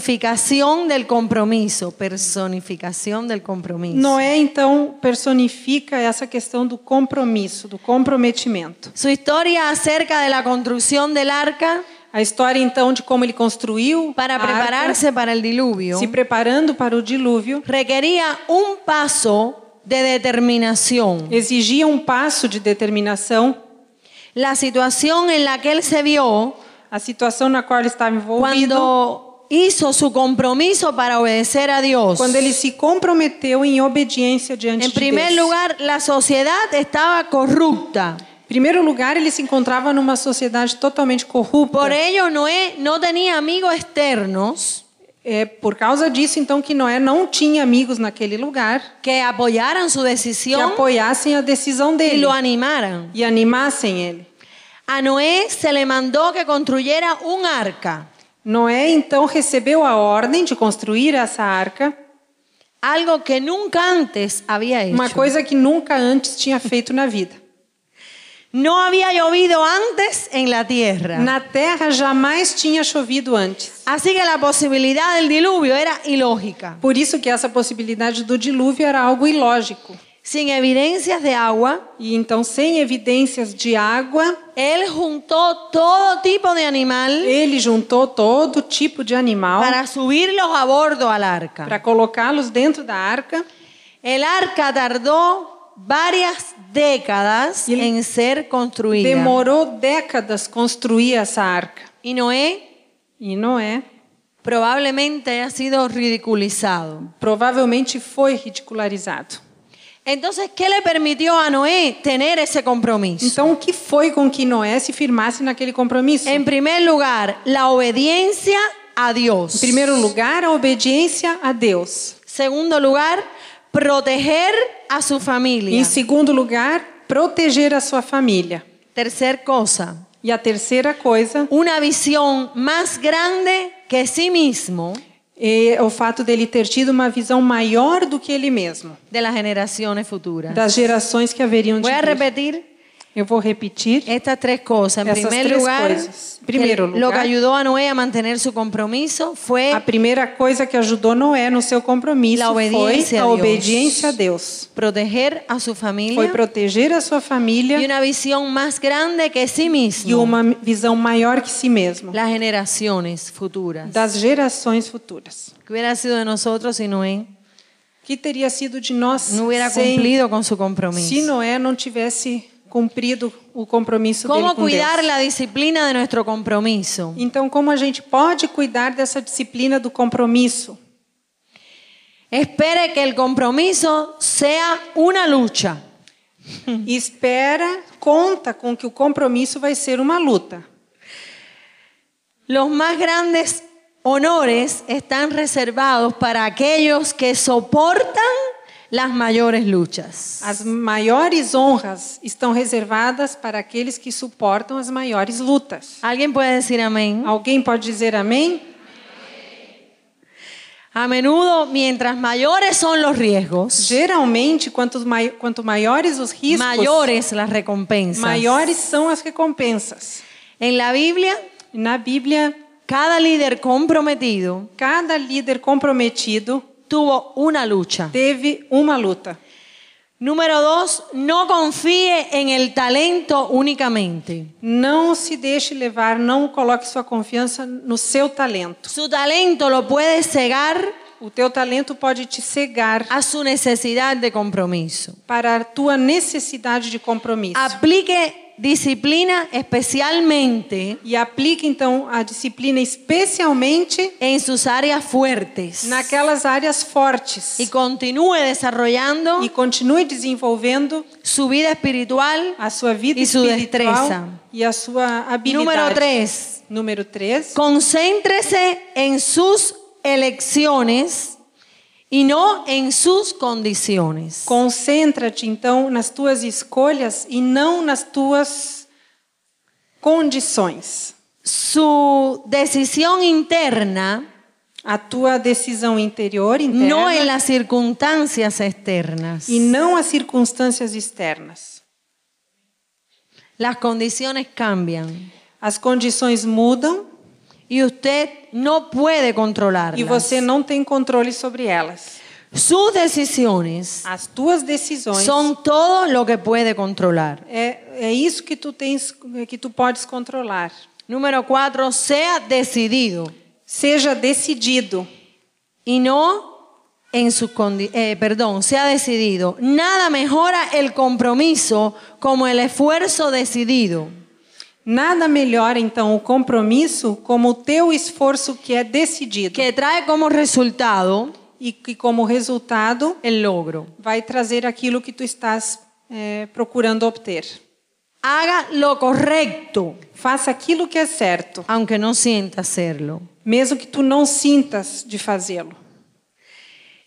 Speaker 1: personificación del compromiso, personificación del compromiso.
Speaker 2: Noé, então, personifica essa questão do compromisso, do comprometimento.
Speaker 1: Su historia acerca de la construcción del arca
Speaker 2: A história, então, de como ele construiu
Speaker 1: para
Speaker 2: a arca,
Speaker 1: prepararse para el diluvio
Speaker 2: se preparando para o dilúvio,
Speaker 1: requería un paso de determinación.
Speaker 2: exigia um passo de determinação.
Speaker 1: La situación en la que él se vio
Speaker 2: A situação na qual ele estava envolvido,
Speaker 1: cuando hizo su compromiso para obedecer a Dios.
Speaker 2: quando ele se comprometeu em obediência diante
Speaker 1: En
Speaker 2: de
Speaker 1: primer
Speaker 2: Deus.
Speaker 1: lugar, la sociedad estaba corrupta.
Speaker 2: Em primeiro lugar, ele se encontrava numa sociedade totalmente corrupta.
Speaker 1: Por ello, Noé no tenía amigos externos
Speaker 2: É por causa disso, então, que Noé não tinha amigos naquele lugar
Speaker 1: que apoyaran su
Speaker 2: que
Speaker 1: decisión
Speaker 2: apoiassem a decisão
Speaker 1: y
Speaker 2: dele
Speaker 1: lo animaran.
Speaker 2: e animassem ele.
Speaker 1: A Noé se le mandó que construyera un arca,
Speaker 2: Noé, então, recebeu a ordem de construir essa arca,
Speaker 1: algo que nunca antes había hecho.
Speaker 2: uma coisa que nunca antes tinha feito na vida.
Speaker 1: No había llovido antes en la tierra.
Speaker 2: Na terra jamais tinha chovido antes.
Speaker 1: Así que la posibilidad del diluvio era ilógica.
Speaker 2: Por isso que essa possibilidade do dilúvio era algo ilógico.
Speaker 1: Sin evidencias de agua,
Speaker 2: E então, sem evidências de água,
Speaker 1: él juntó todo tipo de animal
Speaker 2: ele juntou todo tipo de animal
Speaker 1: para subirlos a bordo al arca.
Speaker 2: para colocá-los dentro da arca.
Speaker 1: El arca tardó varias décadas
Speaker 2: Y el-
Speaker 1: en ser construida.
Speaker 2: Demorou décadas construir essa arca.
Speaker 1: Y Noé
Speaker 2: E Noé
Speaker 1: probablemente haya sido ridiculizado.
Speaker 2: provavelmente foi ridicularizado.
Speaker 1: Entonces, ¿qué le permitió a Noé tener ese compromiso?
Speaker 2: Então, o que foi com que Noé se firmasse naquele compromisso? Em
Speaker 1: En primer lugar, la obediencia a Dios.
Speaker 2: primeiro lugar, a obediência a Deus.
Speaker 1: Segundo lugar, proteger a su familia.
Speaker 2: Em segundo lugar, proteger a sua família.
Speaker 1: Tercer cosa,
Speaker 2: E a terceira coisa
Speaker 1: una visión más grande que sí mismo
Speaker 2: é o fato dele ter tido uma visão maior do que ele mesmo,
Speaker 1: de las generaciones futuras.
Speaker 2: das gerações que haveriam de
Speaker 1: Voy a
Speaker 2: vir.
Speaker 1: repetir
Speaker 2: Eu vou repetir.
Speaker 1: estas tres cosas. En
Speaker 2: Esas
Speaker 1: primer
Speaker 2: tres
Speaker 1: lugar,
Speaker 2: cosas. Primero
Speaker 1: que lo que
Speaker 2: lugar-
Speaker 1: ayudó a Noé a mantener su compromiso fue
Speaker 2: A primeira coisa que ajudou Noé no seu compromisso
Speaker 1: É. La obediência
Speaker 2: foi
Speaker 1: a
Speaker 2: a
Speaker 1: Deus.
Speaker 2: obediência a Deus.
Speaker 1: proteger a su familia
Speaker 2: Foi proteger a sua
Speaker 1: y
Speaker 2: família
Speaker 1: una visión más grande que sí
Speaker 2: e
Speaker 1: mismo,
Speaker 2: uma visão maior que si mesmo
Speaker 1: las generaciones futuras.
Speaker 2: das gerações futuras.
Speaker 1: ¿Qué hubiera sido de nosotros si Noé
Speaker 2: Que teria sido de nós
Speaker 1: no hubiera
Speaker 2: sem,
Speaker 1: cumplido con su compromiso?
Speaker 2: se Noé não tivesse cumprido o compromisso dele
Speaker 1: ¿Cómo
Speaker 2: com
Speaker 1: cuidar
Speaker 2: Deus?
Speaker 1: la disciplina de nuestro compromiso?
Speaker 2: Então, como a gente pode cuidar dessa disciplina do compromisso?
Speaker 1: Espere que el compromiso sea una lucha.
Speaker 2: E espera, conta com que o compromisso vai ser uma luta.
Speaker 1: Los más grandes honores están reservados para aquellos que soportan las mayores luchas.
Speaker 2: As maiores honras estão reservadas para aqueles que suportam as maiores lutas.
Speaker 1: ¿Alguien puede decir amén?
Speaker 2: Alguém pode dizer amém?
Speaker 1: A menudo, mientras mayores son los riesgos,
Speaker 2: Geralmente, quanto, mai- quanto maiores os riscos,
Speaker 1: mayores las recompensas.
Speaker 2: maiores são as recompensas.
Speaker 1: En la Biblia,
Speaker 2: E Na Bíblia,
Speaker 1: cada líder comprometido
Speaker 2: cada líder comprometido
Speaker 1: tuvo una lucha.
Speaker 2: teve uma luta.
Speaker 1: Número dos, no confíe en el talento únicamente.
Speaker 2: Não se deixe levar, não coloque sua confiança no seu talento.
Speaker 1: Su talento lo puede cegar
Speaker 2: O teu talento pode te cegar
Speaker 1: a su necesidad de compromiso.
Speaker 2: para a tua necessidade de compromisso.
Speaker 1: Aplique disciplina especialmente
Speaker 2: E aplique então a disciplina especialmente
Speaker 1: en sus áreas fuertes
Speaker 2: naquelas áreas fortes
Speaker 1: y continúe desarrollando
Speaker 2: e continue desenvolvendo
Speaker 1: su vida espiritual.
Speaker 2: a sua vida
Speaker 1: E sua
Speaker 2: espiritual
Speaker 1: destreza.
Speaker 2: e a sua habilidade.
Speaker 1: Número tres,
Speaker 2: Número 3.
Speaker 1: concéntrese en sus elecciones y no en sus condiciones.
Speaker 2: Concentra-te então nas tuas escolhas e não nas tuas condições.
Speaker 1: Su decisión interna
Speaker 2: A tua decisão interior interna
Speaker 1: no en las circunstancias externas.
Speaker 2: e não as circunstâncias externas.
Speaker 1: Las condiciones cambian
Speaker 2: As condições mudam
Speaker 1: y usted no puede
Speaker 2: e você
Speaker 1: controlarlas.
Speaker 2: não tem controle sobre elas.
Speaker 1: Sus decisiones
Speaker 2: As tuas decisões
Speaker 1: son todo lo que puede controlar.
Speaker 2: é, é isso que tu tens, que tu podes controlar.
Speaker 1: Número cuatro, sea decidido
Speaker 2: Seja decidido
Speaker 1: y no en sus condi- eh, perdón, sea decidido. Nada mejora el compromiso como el esfuerzo decidido.
Speaker 2: Nada melhora então o compromisso como o teu esforço que é decidido
Speaker 1: que trae como resultado
Speaker 2: e que como resultado
Speaker 1: el logro.
Speaker 2: vai trazer aquilo que tu estás eh, procurando obter.
Speaker 1: Haga lo correcto,
Speaker 2: Faça aquilo que é certo,
Speaker 1: aunque no sienta hacerlo.
Speaker 2: mesmo que tu não sintas de fazê-lo.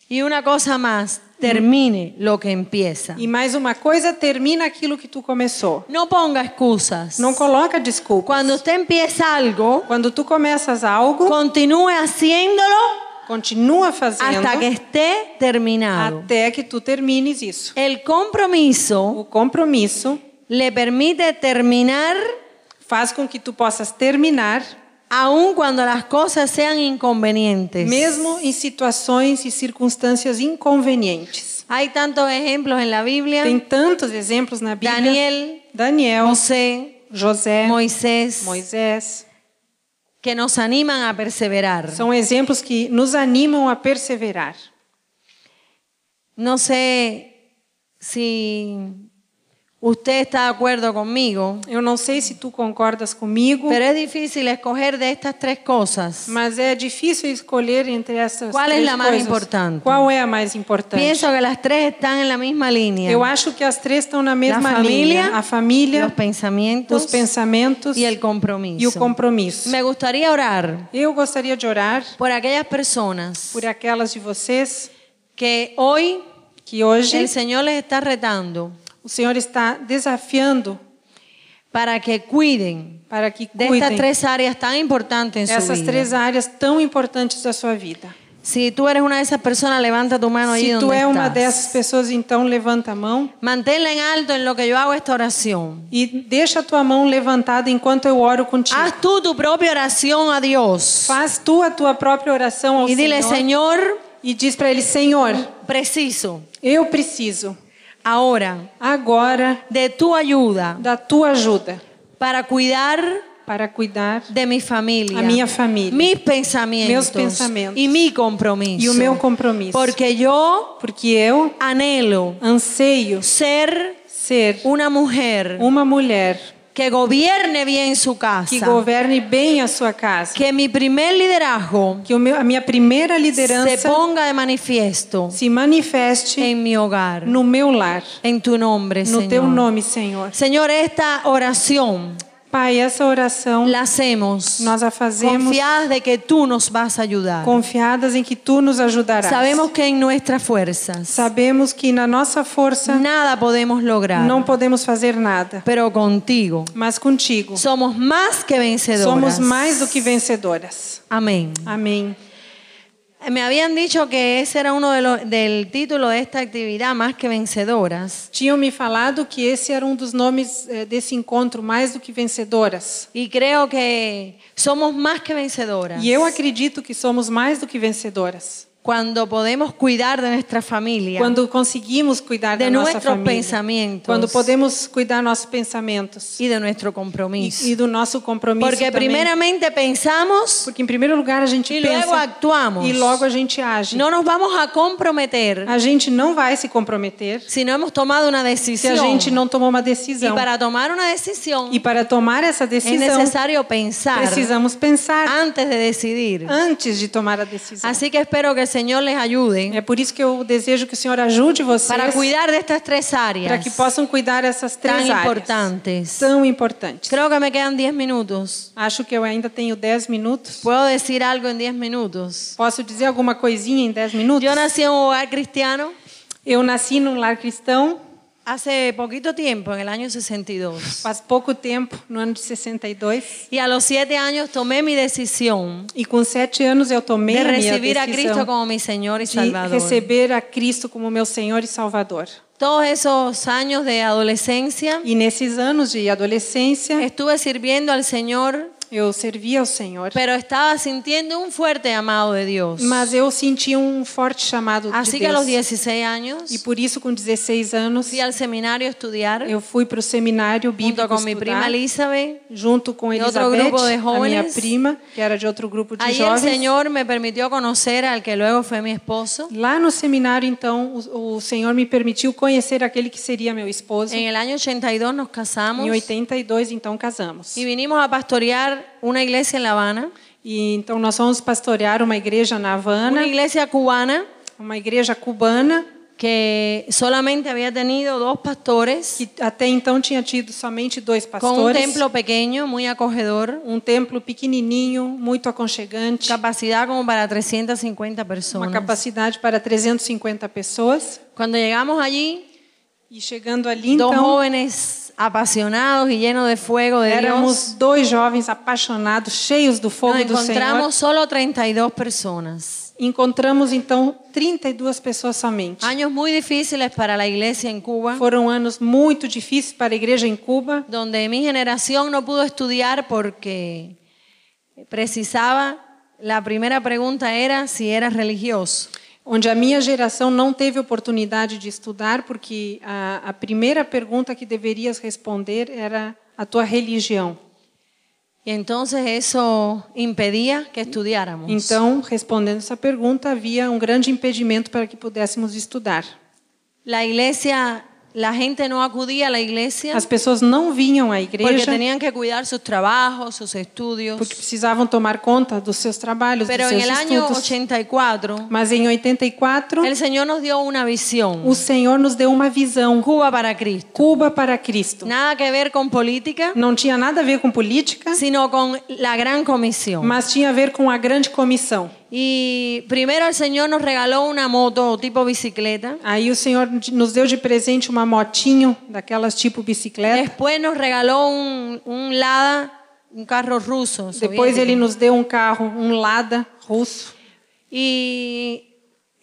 Speaker 1: Y una cosa más, termine lo que empieza.
Speaker 2: E mais uma coisa, termina aquilo que tu começou.
Speaker 1: No ponga excusas.
Speaker 2: Não coloca desculpa.
Speaker 1: Cuando usted empieza algo,
Speaker 2: Quando tu começas algo,
Speaker 1: continúe haciéndolo
Speaker 2: continua fazendo
Speaker 1: hasta que esté terminado.
Speaker 2: até que tu termines isso.
Speaker 1: El compromiso
Speaker 2: O compromisso
Speaker 1: le permite terminar
Speaker 2: faz com que tu possas terminar
Speaker 1: aun cuando las cosas sean inconvenientes.
Speaker 2: mesmo em situações e circunstâncias inconvenientes.
Speaker 1: Hay tantos ejemplos en la Biblia.
Speaker 2: Tem tantos exemplos na Bíblia.
Speaker 1: Daniel,
Speaker 2: Daniel,
Speaker 1: José,
Speaker 2: José,
Speaker 1: Moisés,
Speaker 2: Eh, Moisés,
Speaker 1: que nos animan a perseverar.
Speaker 2: são exemplos que nos animam a perseverar.
Speaker 1: No sé si usted está de acuerdo conmigo,
Speaker 2: Eu não sei se tu concordas comigo,
Speaker 1: pero es difícil escoger de estas tres cosas.
Speaker 2: mas é difícil escolher entre essas
Speaker 1: Qual é
Speaker 2: três
Speaker 1: a mais
Speaker 2: coisas.
Speaker 1: importante?
Speaker 2: Qual é a mais importante?
Speaker 1: Pienso que las tres están en la misma línea.
Speaker 2: Eu acho que as três estão na
Speaker 1: La
Speaker 2: mesma linha:
Speaker 1: familia,
Speaker 2: a família,
Speaker 1: los pensamientos
Speaker 2: os pensamentos
Speaker 1: y el
Speaker 2: e o
Speaker 1: compromiso.
Speaker 2: compromisso.
Speaker 1: Me gustaría orar
Speaker 2: Eu gostaria de orar
Speaker 1: por aquellas personas
Speaker 2: por aquelas de vocês
Speaker 1: que hoy
Speaker 2: que hoje
Speaker 1: el Señor les está retando
Speaker 2: o Senhor está desafiando
Speaker 1: para que cuiden
Speaker 2: para que
Speaker 1: de estas
Speaker 2: cuidem
Speaker 1: tres áreas tan importantes en su
Speaker 2: essas
Speaker 1: vida.
Speaker 2: três áreas tão importantes da sua vida.
Speaker 1: Si tú eres una de esas personas, levanta tu mano allí
Speaker 2: Se tu
Speaker 1: donde
Speaker 2: é uma
Speaker 1: estás.
Speaker 2: dessas pessoas, então levanta a mão
Speaker 1: Manténla en alto en lo que yo hago esta oración.
Speaker 2: e deixa a tua mão levantada enquanto eu oro contigo.
Speaker 1: Haz tú tu propia oración a Dios
Speaker 2: Faz tu a tua própria oração ao
Speaker 1: y dile,
Speaker 2: Senhor
Speaker 1: Señor,
Speaker 2: e diz para ele: Senhor,
Speaker 1: preciso
Speaker 2: eu preciso
Speaker 1: ahora
Speaker 2: agora
Speaker 1: de tu ayuda
Speaker 2: da tua ajuda
Speaker 1: para cuidar
Speaker 2: para cuidar
Speaker 1: de mi familia,
Speaker 2: a minha família
Speaker 1: mis pensamientos,
Speaker 2: Meus pensamentos.
Speaker 1: y mi compromiso.
Speaker 2: e o meu compromisso,
Speaker 1: Porque yo
Speaker 2: porque eu
Speaker 1: anhelo
Speaker 2: anseio
Speaker 1: ser
Speaker 2: ser
Speaker 1: una mujer
Speaker 2: uma mulher
Speaker 1: que gobierne bien su casa.
Speaker 2: que governe bem a sua casa.
Speaker 1: que mi primer liderazgo
Speaker 2: Que o meu- a minha primeira
Speaker 1: se
Speaker 2: liderança
Speaker 1: ponga de manifiesto
Speaker 2: se manifeste
Speaker 1: en mi hogar,
Speaker 2: no meu lar,
Speaker 1: en tu nombre,
Speaker 2: no teu
Speaker 1: Señor.
Speaker 2: nome, Senhor.
Speaker 1: Señor, esta oración
Speaker 2: Pai, essa oração
Speaker 1: la hacemos
Speaker 2: nós a fazemos
Speaker 1: confiadas de que tú nos vas a ayudar.
Speaker 2: confiadas em que tu nos ajudarás.
Speaker 1: Sabemos que en nuestras fuerzas
Speaker 2: Sabemos que na nossa força
Speaker 1: nada podemos lograr,
Speaker 2: não podemos fazer nada,
Speaker 1: pero contigo
Speaker 2: mas contigo
Speaker 1: somos más que vencedoras.
Speaker 2: somos mais do que vencedoras.
Speaker 1: Amén.
Speaker 2: Amém.
Speaker 1: Me habían dicho que ese era uno de los, del título de esta actividad, más que vencedoras.
Speaker 2: Tinham me falado que esse era um dos nomes eh, desse encontro, mais do que vencedoras.
Speaker 1: Y creo que somos más que vencedoras
Speaker 2: E eu acredito que somos mais do que vencedoras.
Speaker 1: cuando podemos cuidar de nuestra familia,
Speaker 2: Quando conseguimos cuidar
Speaker 1: de
Speaker 2: da nossa
Speaker 1: nuestros
Speaker 2: família.
Speaker 1: pensamientos
Speaker 2: Quando podemos cuidar nossos pensamentos
Speaker 1: y de nuestro
Speaker 2: e,
Speaker 1: compromiso.
Speaker 2: e do nosso compromisso
Speaker 1: Porque
Speaker 2: também.
Speaker 1: primeramente pensamos
Speaker 2: Porque em primeiro lugar a gente
Speaker 1: y
Speaker 2: pensa
Speaker 1: luego actuamos.
Speaker 2: e logo a gente age.
Speaker 1: No nos vamos a comprometer
Speaker 2: A gente não vai se comprometer
Speaker 1: si no hemos tomado una
Speaker 2: se a
Speaker 1: decisión.
Speaker 2: gente não tomou uma
Speaker 1: y
Speaker 2: decisão.
Speaker 1: para É tomar una decisión
Speaker 2: E para tomar essa
Speaker 1: es
Speaker 2: decisão,
Speaker 1: necesario pensar
Speaker 2: precisamos pensar
Speaker 1: antes de decidir.
Speaker 2: antes de tomar a decisão.
Speaker 1: Así que espero que el Señor les ayude
Speaker 2: É por isso que eu desejo que o Senhor ajude vocês
Speaker 1: para cuidar de estas tres áreas
Speaker 2: para que possam cuidar essas
Speaker 1: tan
Speaker 2: três áreas
Speaker 1: importantes.
Speaker 2: tão importantes.
Speaker 1: Creo que me quedan 10 minutos.
Speaker 2: Acho que eu ainda tenho 10 minutos.
Speaker 1: ¿Puedo decir algo en 10 minutos?
Speaker 2: Posso dizer alguma coisinha em 10 minutos?
Speaker 1: Yo nací en un hogar cristiano
Speaker 2: Eu nasci num lar cristão
Speaker 1: hace poquito tiempo, en el año 62.
Speaker 2: faz pouco tempo, no ano de 62.
Speaker 1: Y a los 7 anos tomé mi decisión
Speaker 2: E com 7 anos eu tomei
Speaker 1: de
Speaker 2: a minha
Speaker 1: recibir a Cristo
Speaker 2: decisão
Speaker 1: como mi Señor y
Speaker 2: de
Speaker 1: Salvador.
Speaker 2: receber a Cristo como meu Senhor e Salvador.
Speaker 1: Todos esos años de adolescencia
Speaker 2: E nesses anos de adolescência,
Speaker 1: É. estuve sirviendo al Señor
Speaker 2: Eu servia ao Senhor,
Speaker 1: pero estaba sintiendo un fuerte amado de Dios.
Speaker 2: mas eu senti um forte chamado
Speaker 1: Así
Speaker 2: de
Speaker 1: Assim que a los
Speaker 2: Deus.
Speaker 1: 16 años
Speaker 2: E por isso, com 16 anos,
Speaker 1: fui al seminario a estudiar
Speaker 2: eu fui para o seminário bíblico
Speaker 1: junto con mi prima
Speaker 2: estudar,
Speaker 1: Elizabeth.
Speaker 2: junto com
Speaker 1: e outro
Speaker 2: Elizabeth,
Speaker 1: grupo de
Speaker 2: a minha
Speaker 1: jóvenes.
Speaker 2: prima, que era de outro grupo de
Speaker 1: Ahí el
Speaker 2: jovens.
Speaker 1: Señor me permitió conocer al que luego fue mi esposo.
Speaker 2: Lá no seminário, então, o, o Senhor me permitiu conhecer aquele que seria meu esposo.
Speaker 1: En el año 82 nos casamos
Speaker 2: Em 82, então, casamos.
Speaker 1: y vinimos a pastorear una iglesia en La Habana,
Speaker 2: E então nós vamos pastorear uma igreja na Havana,
Speaker 1: una iglesia cubana
Speaker 2: uma igreja cubana
Speaker 1: que solamente había tenido dos pastores,
Speaker 2: que até então tinha tido somente dois
Speaker 1: con un
Speaker 2: pastores,
Speaker 1: um templo pequeño, muy acogedor,
Speaker 2: um templo pequenininho, muito aconchegante,
Speaker 1: capacidad como para 350
Speaker 2: uma
Speaker 1: personas.
Speaker 2: capacidade para 350 pessoas.
Speaker 1: Cuando llegamos allí,
Speaker 2: E chegando ali,
Speaker 1: dos
Speaker 2: então,
Speaker 1: jóvenes apasionados y llenos de fuego de
Speaker 2: éramos
Speaker 1: Dios,
Speaker 2: dois jovens apaixonados, cheios do fogo
Speaker 1: nos
Speaker 2: do Senhor.
Speaker 1: encontramos solo 32 personas.
Speaker 2: Encontramos então 32 pessoas somente.
Speaker 1: Años muy difíciles para la iglesia en Cuba,
Speaker 2: Foram anos muito difíceis para a igreja em Cuba,
Speaker 1: donde mi generación no pudo estudiar porque precisaba, la primera pregunta era si era religioso.
Speaker 2: onde a minha geração não teve oportunidade de estudar, porque a, a primeira pergunta que deverias responder era a tua religião.
Speaker 1: Y entonces eso impedía que estudiáramos.
Speaker 2: Então, respondendo essa pergunta, havia um grande impedimento para que pudéssemos estudar.
Speaker 1: la iglesia, la gente no acudía a la iglesia
Speaker 2: As pessoas não vinham à
Speaker 1: porque
Speaker 2: igreja
Speaker 1: tenían que cuidar sus trabajos, sus estudios.
Speaker 2: porque precisavam tomar conta dos seus trabalhos, dos
Speaker 1: Pero en
Speaker 2: seus
Speaker 1: el año
Speaker 2: estudos.
Speaker 1: 84,
Speaker 2: Mas em 84,
Speaker 1: el Señor nos dio una visión.
Speaker 2: o Senhor nos deu uma visão:
Speaker 1: Cuba para Cristo.
Speaker 2: Cuba para Cristo.
Speaker 1: Nada que ver con política.
Speaker 2: Não tinha nada a ver com política,
Speaker 1: sino con la gran comisión.
Speaker 2: mas tinha a ver com a grande comissão.
Speaker 1: Y primero el Señor nos regaló una moto tipo bicicleta,
Speaker 2: Aí o Senhor nos deu de presente uma motinho daquelas tipo bicicleta.
Speaker 1: después nos regaló un, un Lada, un carro ruso.
Speaker 2: Depois
Speaker 1: soviético.
Speaker 2: ele nos deu um carro, um Lada russo.
Speaker 1: Y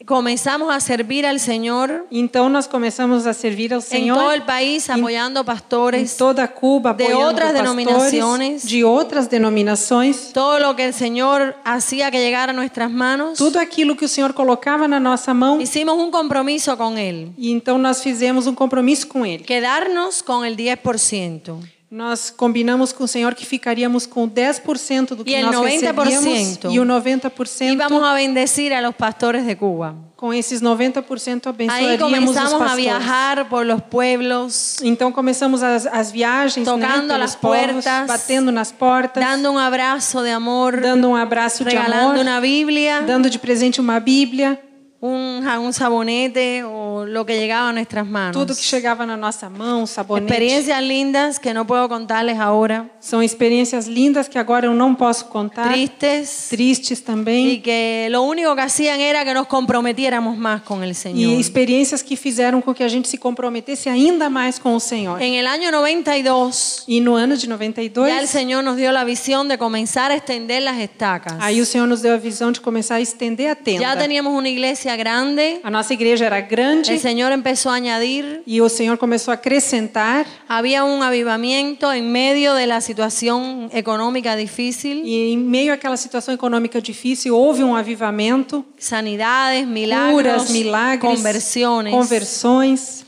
Speaker 1: comenzamos a servir al Señor
Speaker 2: Então nós começamos a servir ao
Speaker 1: en todo
Speaker 2: Senhor
Speaker 1: el país apoyando pastores,
Speaker 2: em toda Cuba,
Speaker 1: de
Speaker 2: apoiando
Speaker 1: outras
Speaker 2: pastores
Speaker 1: denominações.
Speaker 2: de outras denominações.
Speaker 1: todo lo que el Señor hacía que llegara a nuestras manos.
Speaker 2: Tudo aquilo que o Senhor colocava na nossa mão.
Speaker 1: Hicimos un compromiso con Él,
Speaker 2: E então nós fizemos um compromisso com ele.
Speaker 1: quedarnos con el 10%.
Speaker 2: Nós combinamos com o Senhor que ficaríamos com 10% do que
Speaker 1: E é el
Speaker 2: nós recebíamos
Speaker 1: 90%.
Speaker 2: e
Speaker 1: Y
Speaker 2: o 90%
Speaker 1: vamos a bendecir a los pastores de Cuba.
Speaker 2: com esses 90%
Speaker 1: Ahí
Speaker 2: abençoaríamos os
Speaker 1: comenzamos a
Speaker 2: pastores.
Speaker 1: viajar por los pueblos,
Speaker 2: Então começamos as, as viagens,
Speaker 1: Tocando
Speaker 2: né, pelos
Speaker 1: as
Speaker 2: povos,
Speaker 1: puertas,
Speaker 2: batendo nas portas,
Speaker 1: dando un abrazo de amor,
Speaker 2: dando um abraço de amor,
Speaker 1: regalando una Biblia,
Speaker 2: dando de presente uma Bíblia,
Speaker 1: un, ja- un sabonete o lo que llegaba a nuestras
Speaker 2: tudo que
Speaker 1: manos.
Speaker 2: chegava na nossa mão, sabonete.
Speaker 1: Experiencias lindas que no puedo contarles ahora,
Speaker 2: São experiências lindas que agora eu não posso contar,
Speaker 1: tristes,
Speaker 2: tristes também,
Speaker 1: y que lo único que hacían era que nos comprometiéramos más con el
Speaker 2: e
Speaker 1: Señor.
Speaker 2: experiências que fizeram com que a gente se comprometesse ainda mais com o Senhor.
Speaker 1: En el año 92,
Speaker 2: E no ano de
Speaker 1: ya el
Speaker 2: 92,
Speaker 1: Señor nos dio la visión de comenzar a extender las estacas.
Speaker 2: aí o Senhor nos deu a visão de começar a estender a
Speaker 1: Ya
Speaker 2: tenda.
Speaker 1: teníamos una iglesia grande,
Speaker 2: A nossa igreja era
Speaker 1: el
Speaker 2: grande
Speaker 1: Señor empezó a añadir
Speaker 2: e o Senhor começou a acrescentar
Speaker 1: Había un avivamiento en medio de la situación económica difícil,
Speaker 2: E em meio àquela situação econômica difícil, houve um avivamento,
Speaker 1: sanidades, milagros,
Speaker 2: curas, milagres,
Speaker 1: conversiones.
Speaker 2: conversões.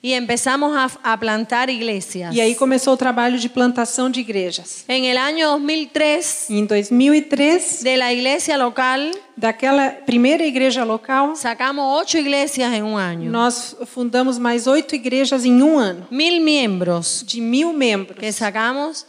Speaker 1: y empezamos a, a plantar iglesias.
Speaker 2: E aí começou o trabalho de plantação de igrejas.
Speaker 1: en el año 2003,
Speaker 2: Em 2003,
Speaker 1: de la iglesia local,
Speaker 2: daquela primeira igreja local,
Speaker 1: sacamos ocho iglesias en un año.
Speaker 2: nós fundamos mais oito igrejas em um ano,
Speaker 1: Mil miembros
Speaker 2: de mil
Speaker 1: que
Speaker 2: membros.
Speaker 1: sacamos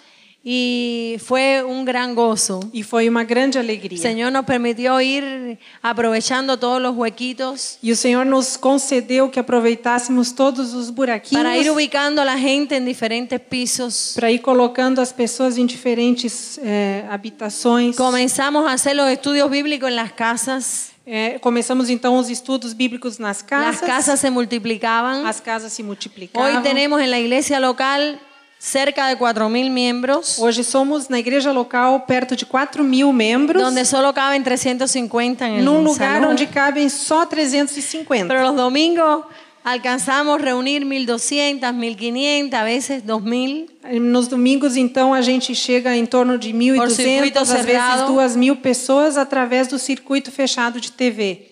Speaker 1: y fue un gran gozo.
Speaker 2: E foi uma grande
Speaker 1: El
Speaker 2: alegria.
Speaker 1: Señor nos permitió ir aprovechando todos los huequitos
Speaker 2: E o Senhor nos concedeu que aproveitássemos todos
Speaker 1: para
Speaker 2: os
Speaker 1: ir
Speaker 2: buraquinhos
Speaker 1: ubicando a la gente en diferentes pisos.
Speaker 2: para ir colocando as pessoas em diferentes eh, habitações.
Speaker 1: é- Comenzamos a hacer los estudios bíblicos en las casas.
Speaker 2: É, começamos então os estudos bíblicos nas
Speaker 1: Las
Speaker 2: casas.
Speaker 1: casas se multiplicaban.
Speaker 2: As casas se
Speaker 1: Hoy
Speaker 2: multiplicavam.
Speaker 1: tenemos en la iglesia local cerca de 4.000 miembros,
Speaker 2: Hoje somos na igreja local perto de 4 mil membros, eh,
Speaker 1: donde solo caben 350 en el
Speaker 2: num lugar
Speaker 1: salón.
Speaker 2: onde cabem só 350.
Speaker 1: Pero los domingos alcanzamos reunir 1.200, 1.500, a veces 2.000.
Speaker 2: Nos domingos, então, a gente chega em torno de
Speaker 1: Por circuito
Speaker 2: 1.200, às vezes
Speaker 1: cerrado.
Speaker 2: 2.000 pessoas através do circuito fechado de TV.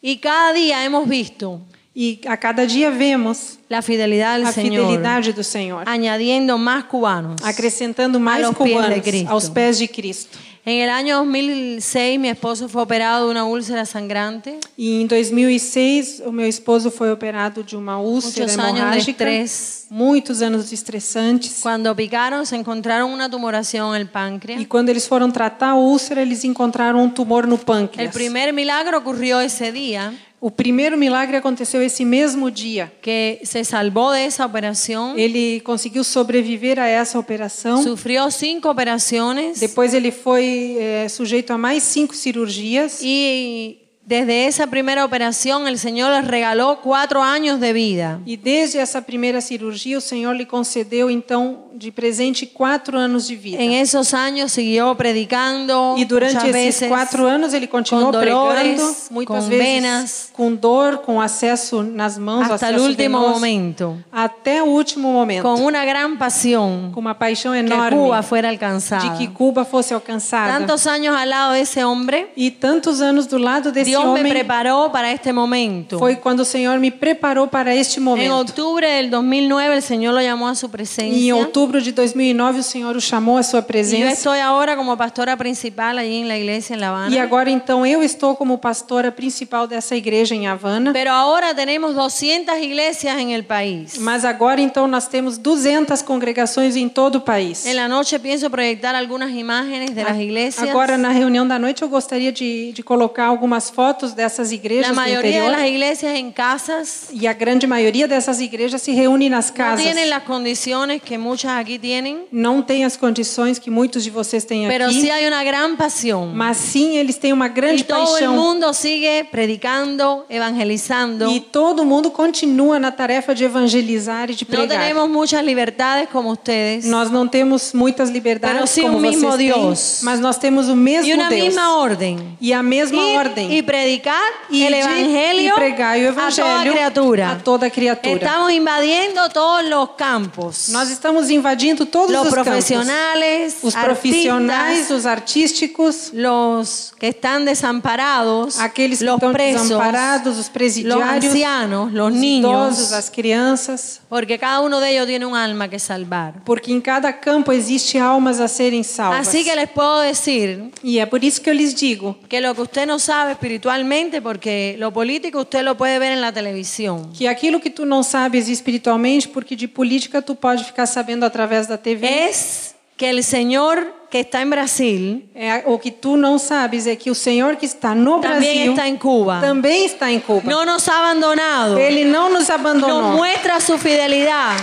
Speaker 1: Y cada día hemos visto
Speaker 2: E a cada dia vemos
Speaker 1: la fidelidad del
Speaker 2: a
Speaker 1: Señor,
Speaker 2: fidelidade do Senhor,
Speaker 1: añadiendo más cubanos.
Speaker 2: acrescentando mais
Speaker 1: aos pés de
Speaker 2: cubanos
Speaker 1: Cristo.
Speaker 2: aos pés de Cristo.
Speaker 1: En el año 2006 mi esposo fue operado de una úlcera sangrante,
Speaker 2: E em 2006, o meu esposo foi operado de uma úlcera
Speaker 1: Muitos anos de
Speaker 2: hemorrágica,
Speaker 1: estresse.
Speaker 2: muitos anos estressantes.
Speaker 1: cuando picaron se encontraron una tumoración en el páncreas.
Speaker 2: E quando eles foram tratar a úlcera, eles encontraram um tumor no
Speaker 1: El
Speaker 2: pâncreas.
Speaker 1: primer milagro ocurrió ese día,
Speaker 2: O primeiro milagre aconteceu esse mesmo dia.
Speaker 1: que se salvó de esa operación,
Speaker 2: Ele conseguiu sobreviver a essa operação.
Speaker 1: sufrió cinco operaciones
Speaker 2: Depois ele foi eh, sujeito a mais cinco cirurgias.
Speaker 1: y desde esa primera operación el Señor les regaló cuatro años de vida.
Speaker 2: E desde essa primeira cirurgia, o Senhor lhe concedeu, então, de presente, quatro anos de vida.
Speaker 1: En esos años siguió predicando
Speaker 2: E durante
Speaker 1: muchas
Speaker 2: esses
Speaker 1: veces
Speaker 2: quatro anos, ele continuou
Speaker 1: com dolores,
Speaker 2: pregando, muitas
Speaker 1: com
Speaker 2: vezes
Speaker 1: venas.
Speaker 2: com dor, com acesso nas mãos,
Speaker 1: hasta el
Speaker 2: acesso
Speaker 1: último
Speaker 2: venoso,
Speaker 1: momento,
Speaker 2: até o último momento,
Speaker 1: con una gran pasión
Speaker 2: com uma paixão
Speaker 1: um que
Speaker 2: enorme
Speaker 1: Cuba fuera
Speaker 2: de
Speaker 1: alcanzada.
Speaker 2: que Cuba fosse alcançada.
Speaker 1: Tantos años al lado de esse hombre,
Speaker 2: E tantos anos do lado desse
Speaker 1: Dios me
Speaker 2: homem
Speaker 1: preparó para este momento.
Speaker 2: foi quando o Senhor me preparou para este
Speaker 1: En
Speaker 2: momento.
Speaker 1: octubre del 2009 el Señor lo llamó a su presencia.
Speaker 2: Em outubro de 2009, o Senhor o chamou à sua
Speaker 1: Y yo
Speaker 2: presença.
Speaker 1: estoy ahora como pastora principal allí en la iglesia en La Habana.
Speaker 2: E agora então eu estou como pastora principal dessa igreja em Havana.
Speaker 1: Pero ahora tenemos 200 iglesias en el país.
Speaker 2: Mas agora então nós temos 200 congregações em todo o país.
Speaker 1: En la noche pienso proyectar algunas imágenes de las iglesias.
Speaker 2: Agora na reunião da noite eu gostaria de, de colocar algumas fotos dessas
Speaker 1: la
Speaker 2: igrejas do
Speaker 1: mayoría de
Speaker 2: interior.
Speaker 1: las iglesias en casas
Speaker 2: E a grande maioria dessas igrejas se reúne nas
Speaker 1: no
Speaker 2: casas.
Speaker 1: tienen las condiciones que muchas aquí tienen,
Speaker 2: Não tem as condições que muitos de vocês têm
Speaker 1: pero sí
Speaker 2: aqui,
Speaker 1: hay una gran pasión.
Speaker 2: mas sim eles têm uma
Speaker 1: Y
Speaker 2: grande
Speaker 1: todo el
Speaker 2: paixão.
Speaker 1: mundo sigue predicando, evangelizando.
Speaker 2: E todo mundo continua na tarefa de evangelizar e de
Speaker 1: No
Speaker 2: pregar.
Speaker 1: tenemos muchas libertades como ustedes.
Speaker 2: Nós não temos muitas
Speaker 1: Pero
Speaker 2: liberdades
Speaker 1: sim
Speaker 2: como
Speaker 1: o mesmo
Speaker 2: vocês
Speaker 1: Deus.
Speaker 2: têm, mas nós temos o mesmo
Speaker 1: Y una
Speaker 2: Deus
Speaker 1: misma orden.
Speaker 2: e a mesma
Speaker 1: Y-
Speaker 2: ordem
Speaker 1: y predicar
Speaker 2: E
Speaker 1: el
Speaker 2: de-
Speaker 1: evangelio,
Speaker 2: e pregar o evangelho
Speaker 1: a toda criatura.
Speaker 2: a toda criatura.
Speaker 1: Estamos invadiendo todos los campos.
Speaker 2: Nós estamos invadindo todos
Speaker 1: los
Speaker 2: os campos,
Speaker 1: profesionales,
Speaker 2: os
Speaker 1: artistas,
Speaker 2: profissionais, os artísticos,
Speaker 1: los que están desamparados,
Speaker 2: aqueles que
Speaker 1: los
Speaker 2: estão
Speaker 1: presos,
Speaker 2: desamparados, os
Speaker 1: los
Speaker 2: presidiários,
Speaker 1: ancianos, los
Speaker 2: os idosos,
Speaker 1: niños,
Speaker 2: as crianças,
Speaker 1: porque cada uno de ellos tiene un alma que salvar.
Speaker 2: porque em cada campo existe almas a serem salvas.
Speaker 1: Así que les puedo decir
Speaker 2: E é por isso que eu lhes digo
Speaker 1: que lo que usted no sabe espiritualmente, porque lo político usted lo puede ver en la televisión.
Speaker 2: que aquilo que tu não sabes espiritualmente, porque de política tu pode ficar sabendo através da TV.
Speaker 1: É. es que el Señor que está en Brasil
Speaker 2: É, o que tu não sabes é que o Senhor que está no
Speaker 1: también
Speaker 2: Brasil
Speaker 1: está en Cuba.
Speaker 2: também está em Cuba.
Speaker 1: No nos ha abandonado.
Speaker 2: Ele não nos
Speaker 1: Nos
Speaker 2: abandonou.
Speaker 1: muestra su fidelidad.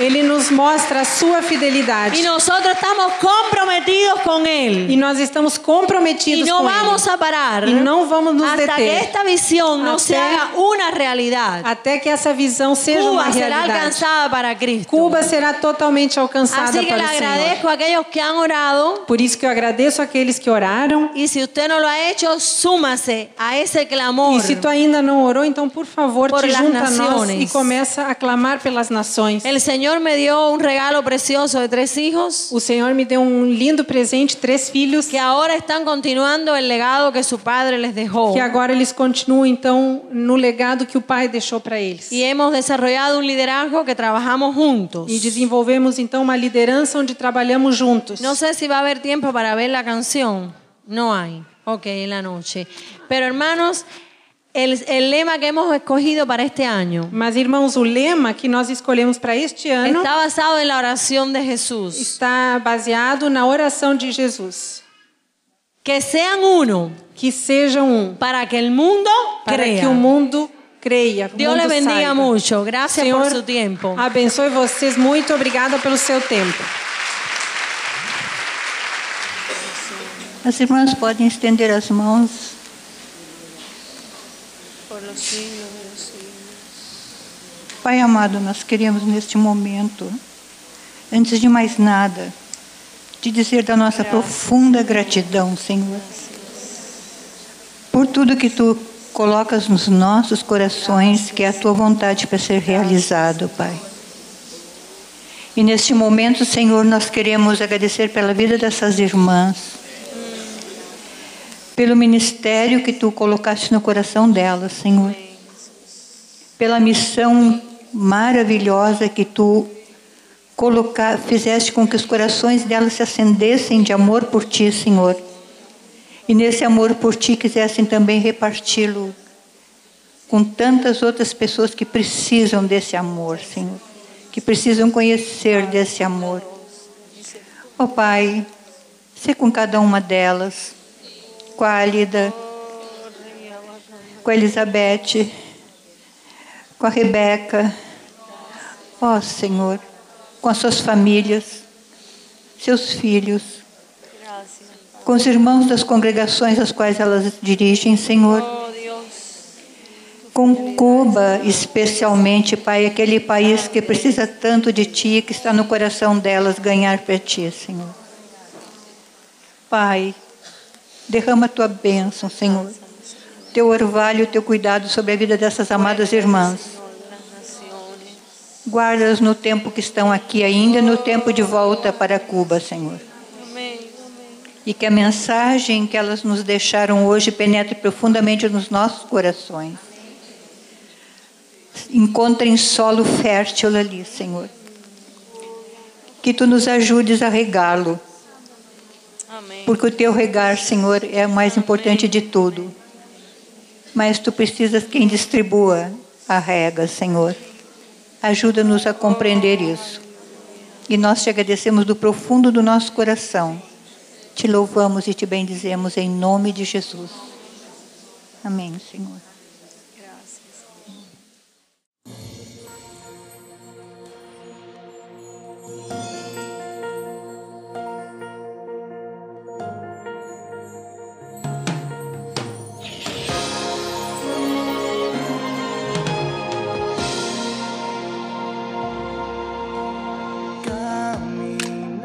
Speaker 2: Ele nos mostra a sua fidelidade.
Speaker 1: Y nosotros estamos comprometidos con
Speaker 2: E
Speaker 1: Él.
Speaker 2: nós estamos
Speaker 1: Y
Speaker 2: comprometidos
Speaker 1: no
Speaker 2: com
Speaker 1: vamos
Speaker 2: Ele.
Speaker 1: a parar
Speaker 2: E não vamos nos
Speaker 1: hasta que
Speaker 2: deter
Speaker 1: esta visión no se
Speaker 2: Até-
Speaker 1: haga una realidad.
Speaker 2: até que essa visão seja uma
Speaker 1: Cuba será
Speaker 2: realidade.
Speaker 1: alcanzada para Cristo.
Speaker 2: Cuba será totalmente alcançada
Speaker 1: Así Assim que le
Speaker 2: para o Senhor.
Speaker 1: agradezco a aquellos que han orado.
Speaker 2: Por isso que eu agradeço aqueles que oraram.
Speaker 1: Y si usted no lo ha hecho, súmase a esse clamor.
Speaker 2: E se tu ainda não orou, então por favor
Speaker 1: Por
Speaker 2: te
Speaker 1: las
Speaker 2: junta a nós e
Speaker 1: naciones.
Speaker 2: começa a clamar pelas nações.
Speaker 1: El Señor me dio un regalo precioso de tres hijos
Speaker 2: O Senhor me deu um lindo presente, três filhos.
Speaker 1: que ahora están continuando el legado que su padre les dejó.
Speaker 2: que agora eles continuam então no legado que o pai deixou para eles.
Speaker 1: Y hemos desarrollado un liderazgo que trabajamos juntos.
Speaker 2: E desenvolvemos então uma liderança onde trabalhamos juntos.
Speaker 1: No sé si va a haber tiempo para ver la canción. No hay. Ok, en la noche. Pero hermanos, el, el lema que hemos escogido para este año
Speaker 2: Mas irmãos, o lema que nós escolhemos para este ano
Speaker 1: está basado en la oración de Jesús.
Speaker 2: está baseado na oração de Jesus.
Speaker 1: Que sean uno
Speaker 2: Que seja um
Speaker 1: para que el mundo
Speaker 2: para
Speaker 1: crea.
Speaker 2: que o mundo creia. o
Speaker 1: Dios les
Speaker 2: mundo
Speaker 1: bendiga
Speaker 2: saiba.
Speaker 1: mucho. Gracias
Speaker 2: Senhor,
Speaker 1: por su tiempo.
Speaker 2: abençoe vocês. Muito obrigada pelo seu tempo.
Speaker 3: As irmãs podem estender as mãos. Pai amado, nós queremos neste momento, antes de mais nada, te dizer da nossa profunda gratidão, Senhor, por tudo que tu Colocas nos nossos corações que é a tua vontade para ser realizado, Pai. E neste momento, Senhor, nós queremos agradecer pela vida dessas irmãs, pelo ministério que tu colocaste no coração delas, Senhor, pela missão maravilhosa que tu colocar, fizeste com que os corações delas se acendessem de amor por ti, Senhor. E nesse amor por ti quisessem também reparti-lo com tantas outras pessoas que precisam desse amor, Senhor, que precisam conhecer desse amor. Ó oh, Pai, se com cada uma delas, com a Alida, com a Elizabeth, com a Rebeca, ó oh, Senhor, com as suas famílias, seus filhos, com os irmãos das congregações às quais elas dirigem, Senhor. Com Cuba, especialmente, Pai, aquele país que precisa tanto de Ti, que está no coração delas ganhar para Ti, Senhor. Pai, derrama a Tua bênção, Senhor. Teu orvalho, Teu cuidado sobre a vida dessas amadas irmãs. Guarda-as no tempo que estão aqui ainda, no tempo de volta para Cuba, Senhor. E que a mensagem que elas nos deixaram hoje penetre profundamente nos nossos corações. Encontrem solo fértil ali, Senhor. Que tu nos ajudes a regá-lo. Porque o teu regar, Senhor, é o mais importante de tudo. Mas tu precisas quem distribua a rega, Senhor. Ajuda-nos a compreender isso. E nós te agradecemos do profundo do nosso coração. Te louvamos e te bendizemos em nome de Jesus. Amém, Senhor.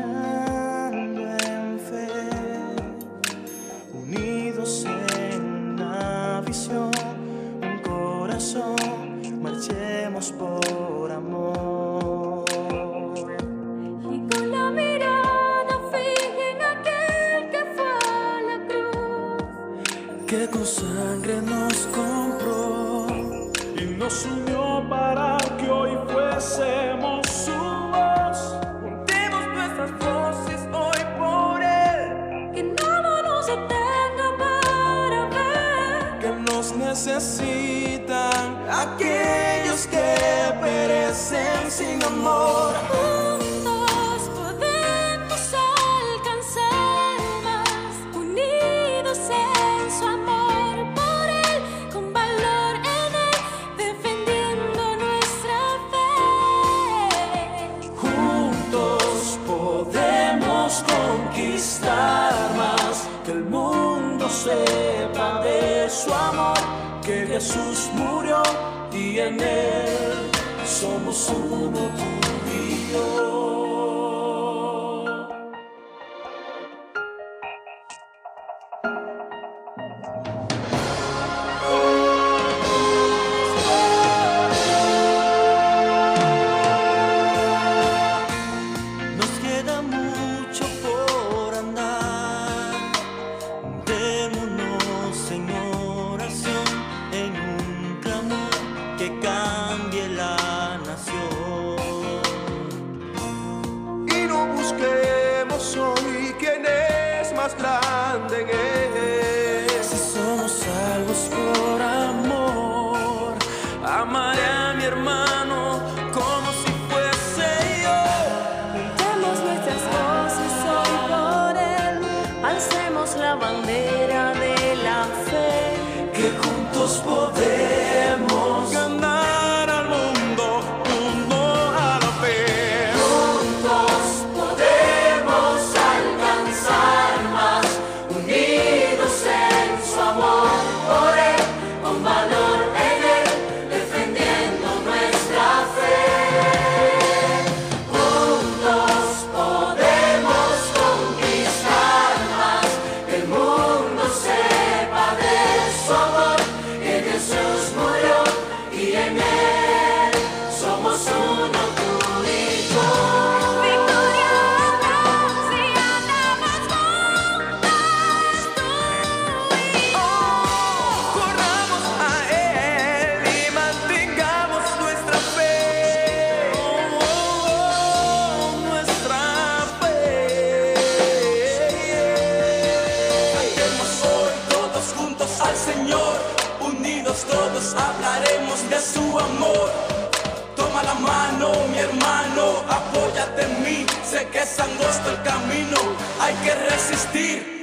Speaker 4: Caminando en fe, unidos en una visión, un corazón, marchemos por amor.
Speaker 5: Y con la mirada fija en aquel que fue a la cruz,
Speaker 4: que con sangre nos compró y nos unió para que hoy fuésemos su voz. Juntemos nuestras voces hoy por él,
Speaker 5: que nada nos detenga para ver.
Speaker 4: que nos necesitan aquellos que perecen sin amor.
Speaker 5: Juntos podemos alcanzar más, unidos en su amor por él, con valor en él, defendiendo nuestra fe.
Speaker 4: Juntos podemos conquistar más, que el mundo sepa de su amor, que Jesús murió y en él somos uno tú y yo. Nos queda mucho por andar. Démonos en oración, en un clamor que cambie la nación. juntos hablaremos de su amor. Toma la mano, mi hermano, apóyate en mí. Sé que es angosto el camino, hay que resistir.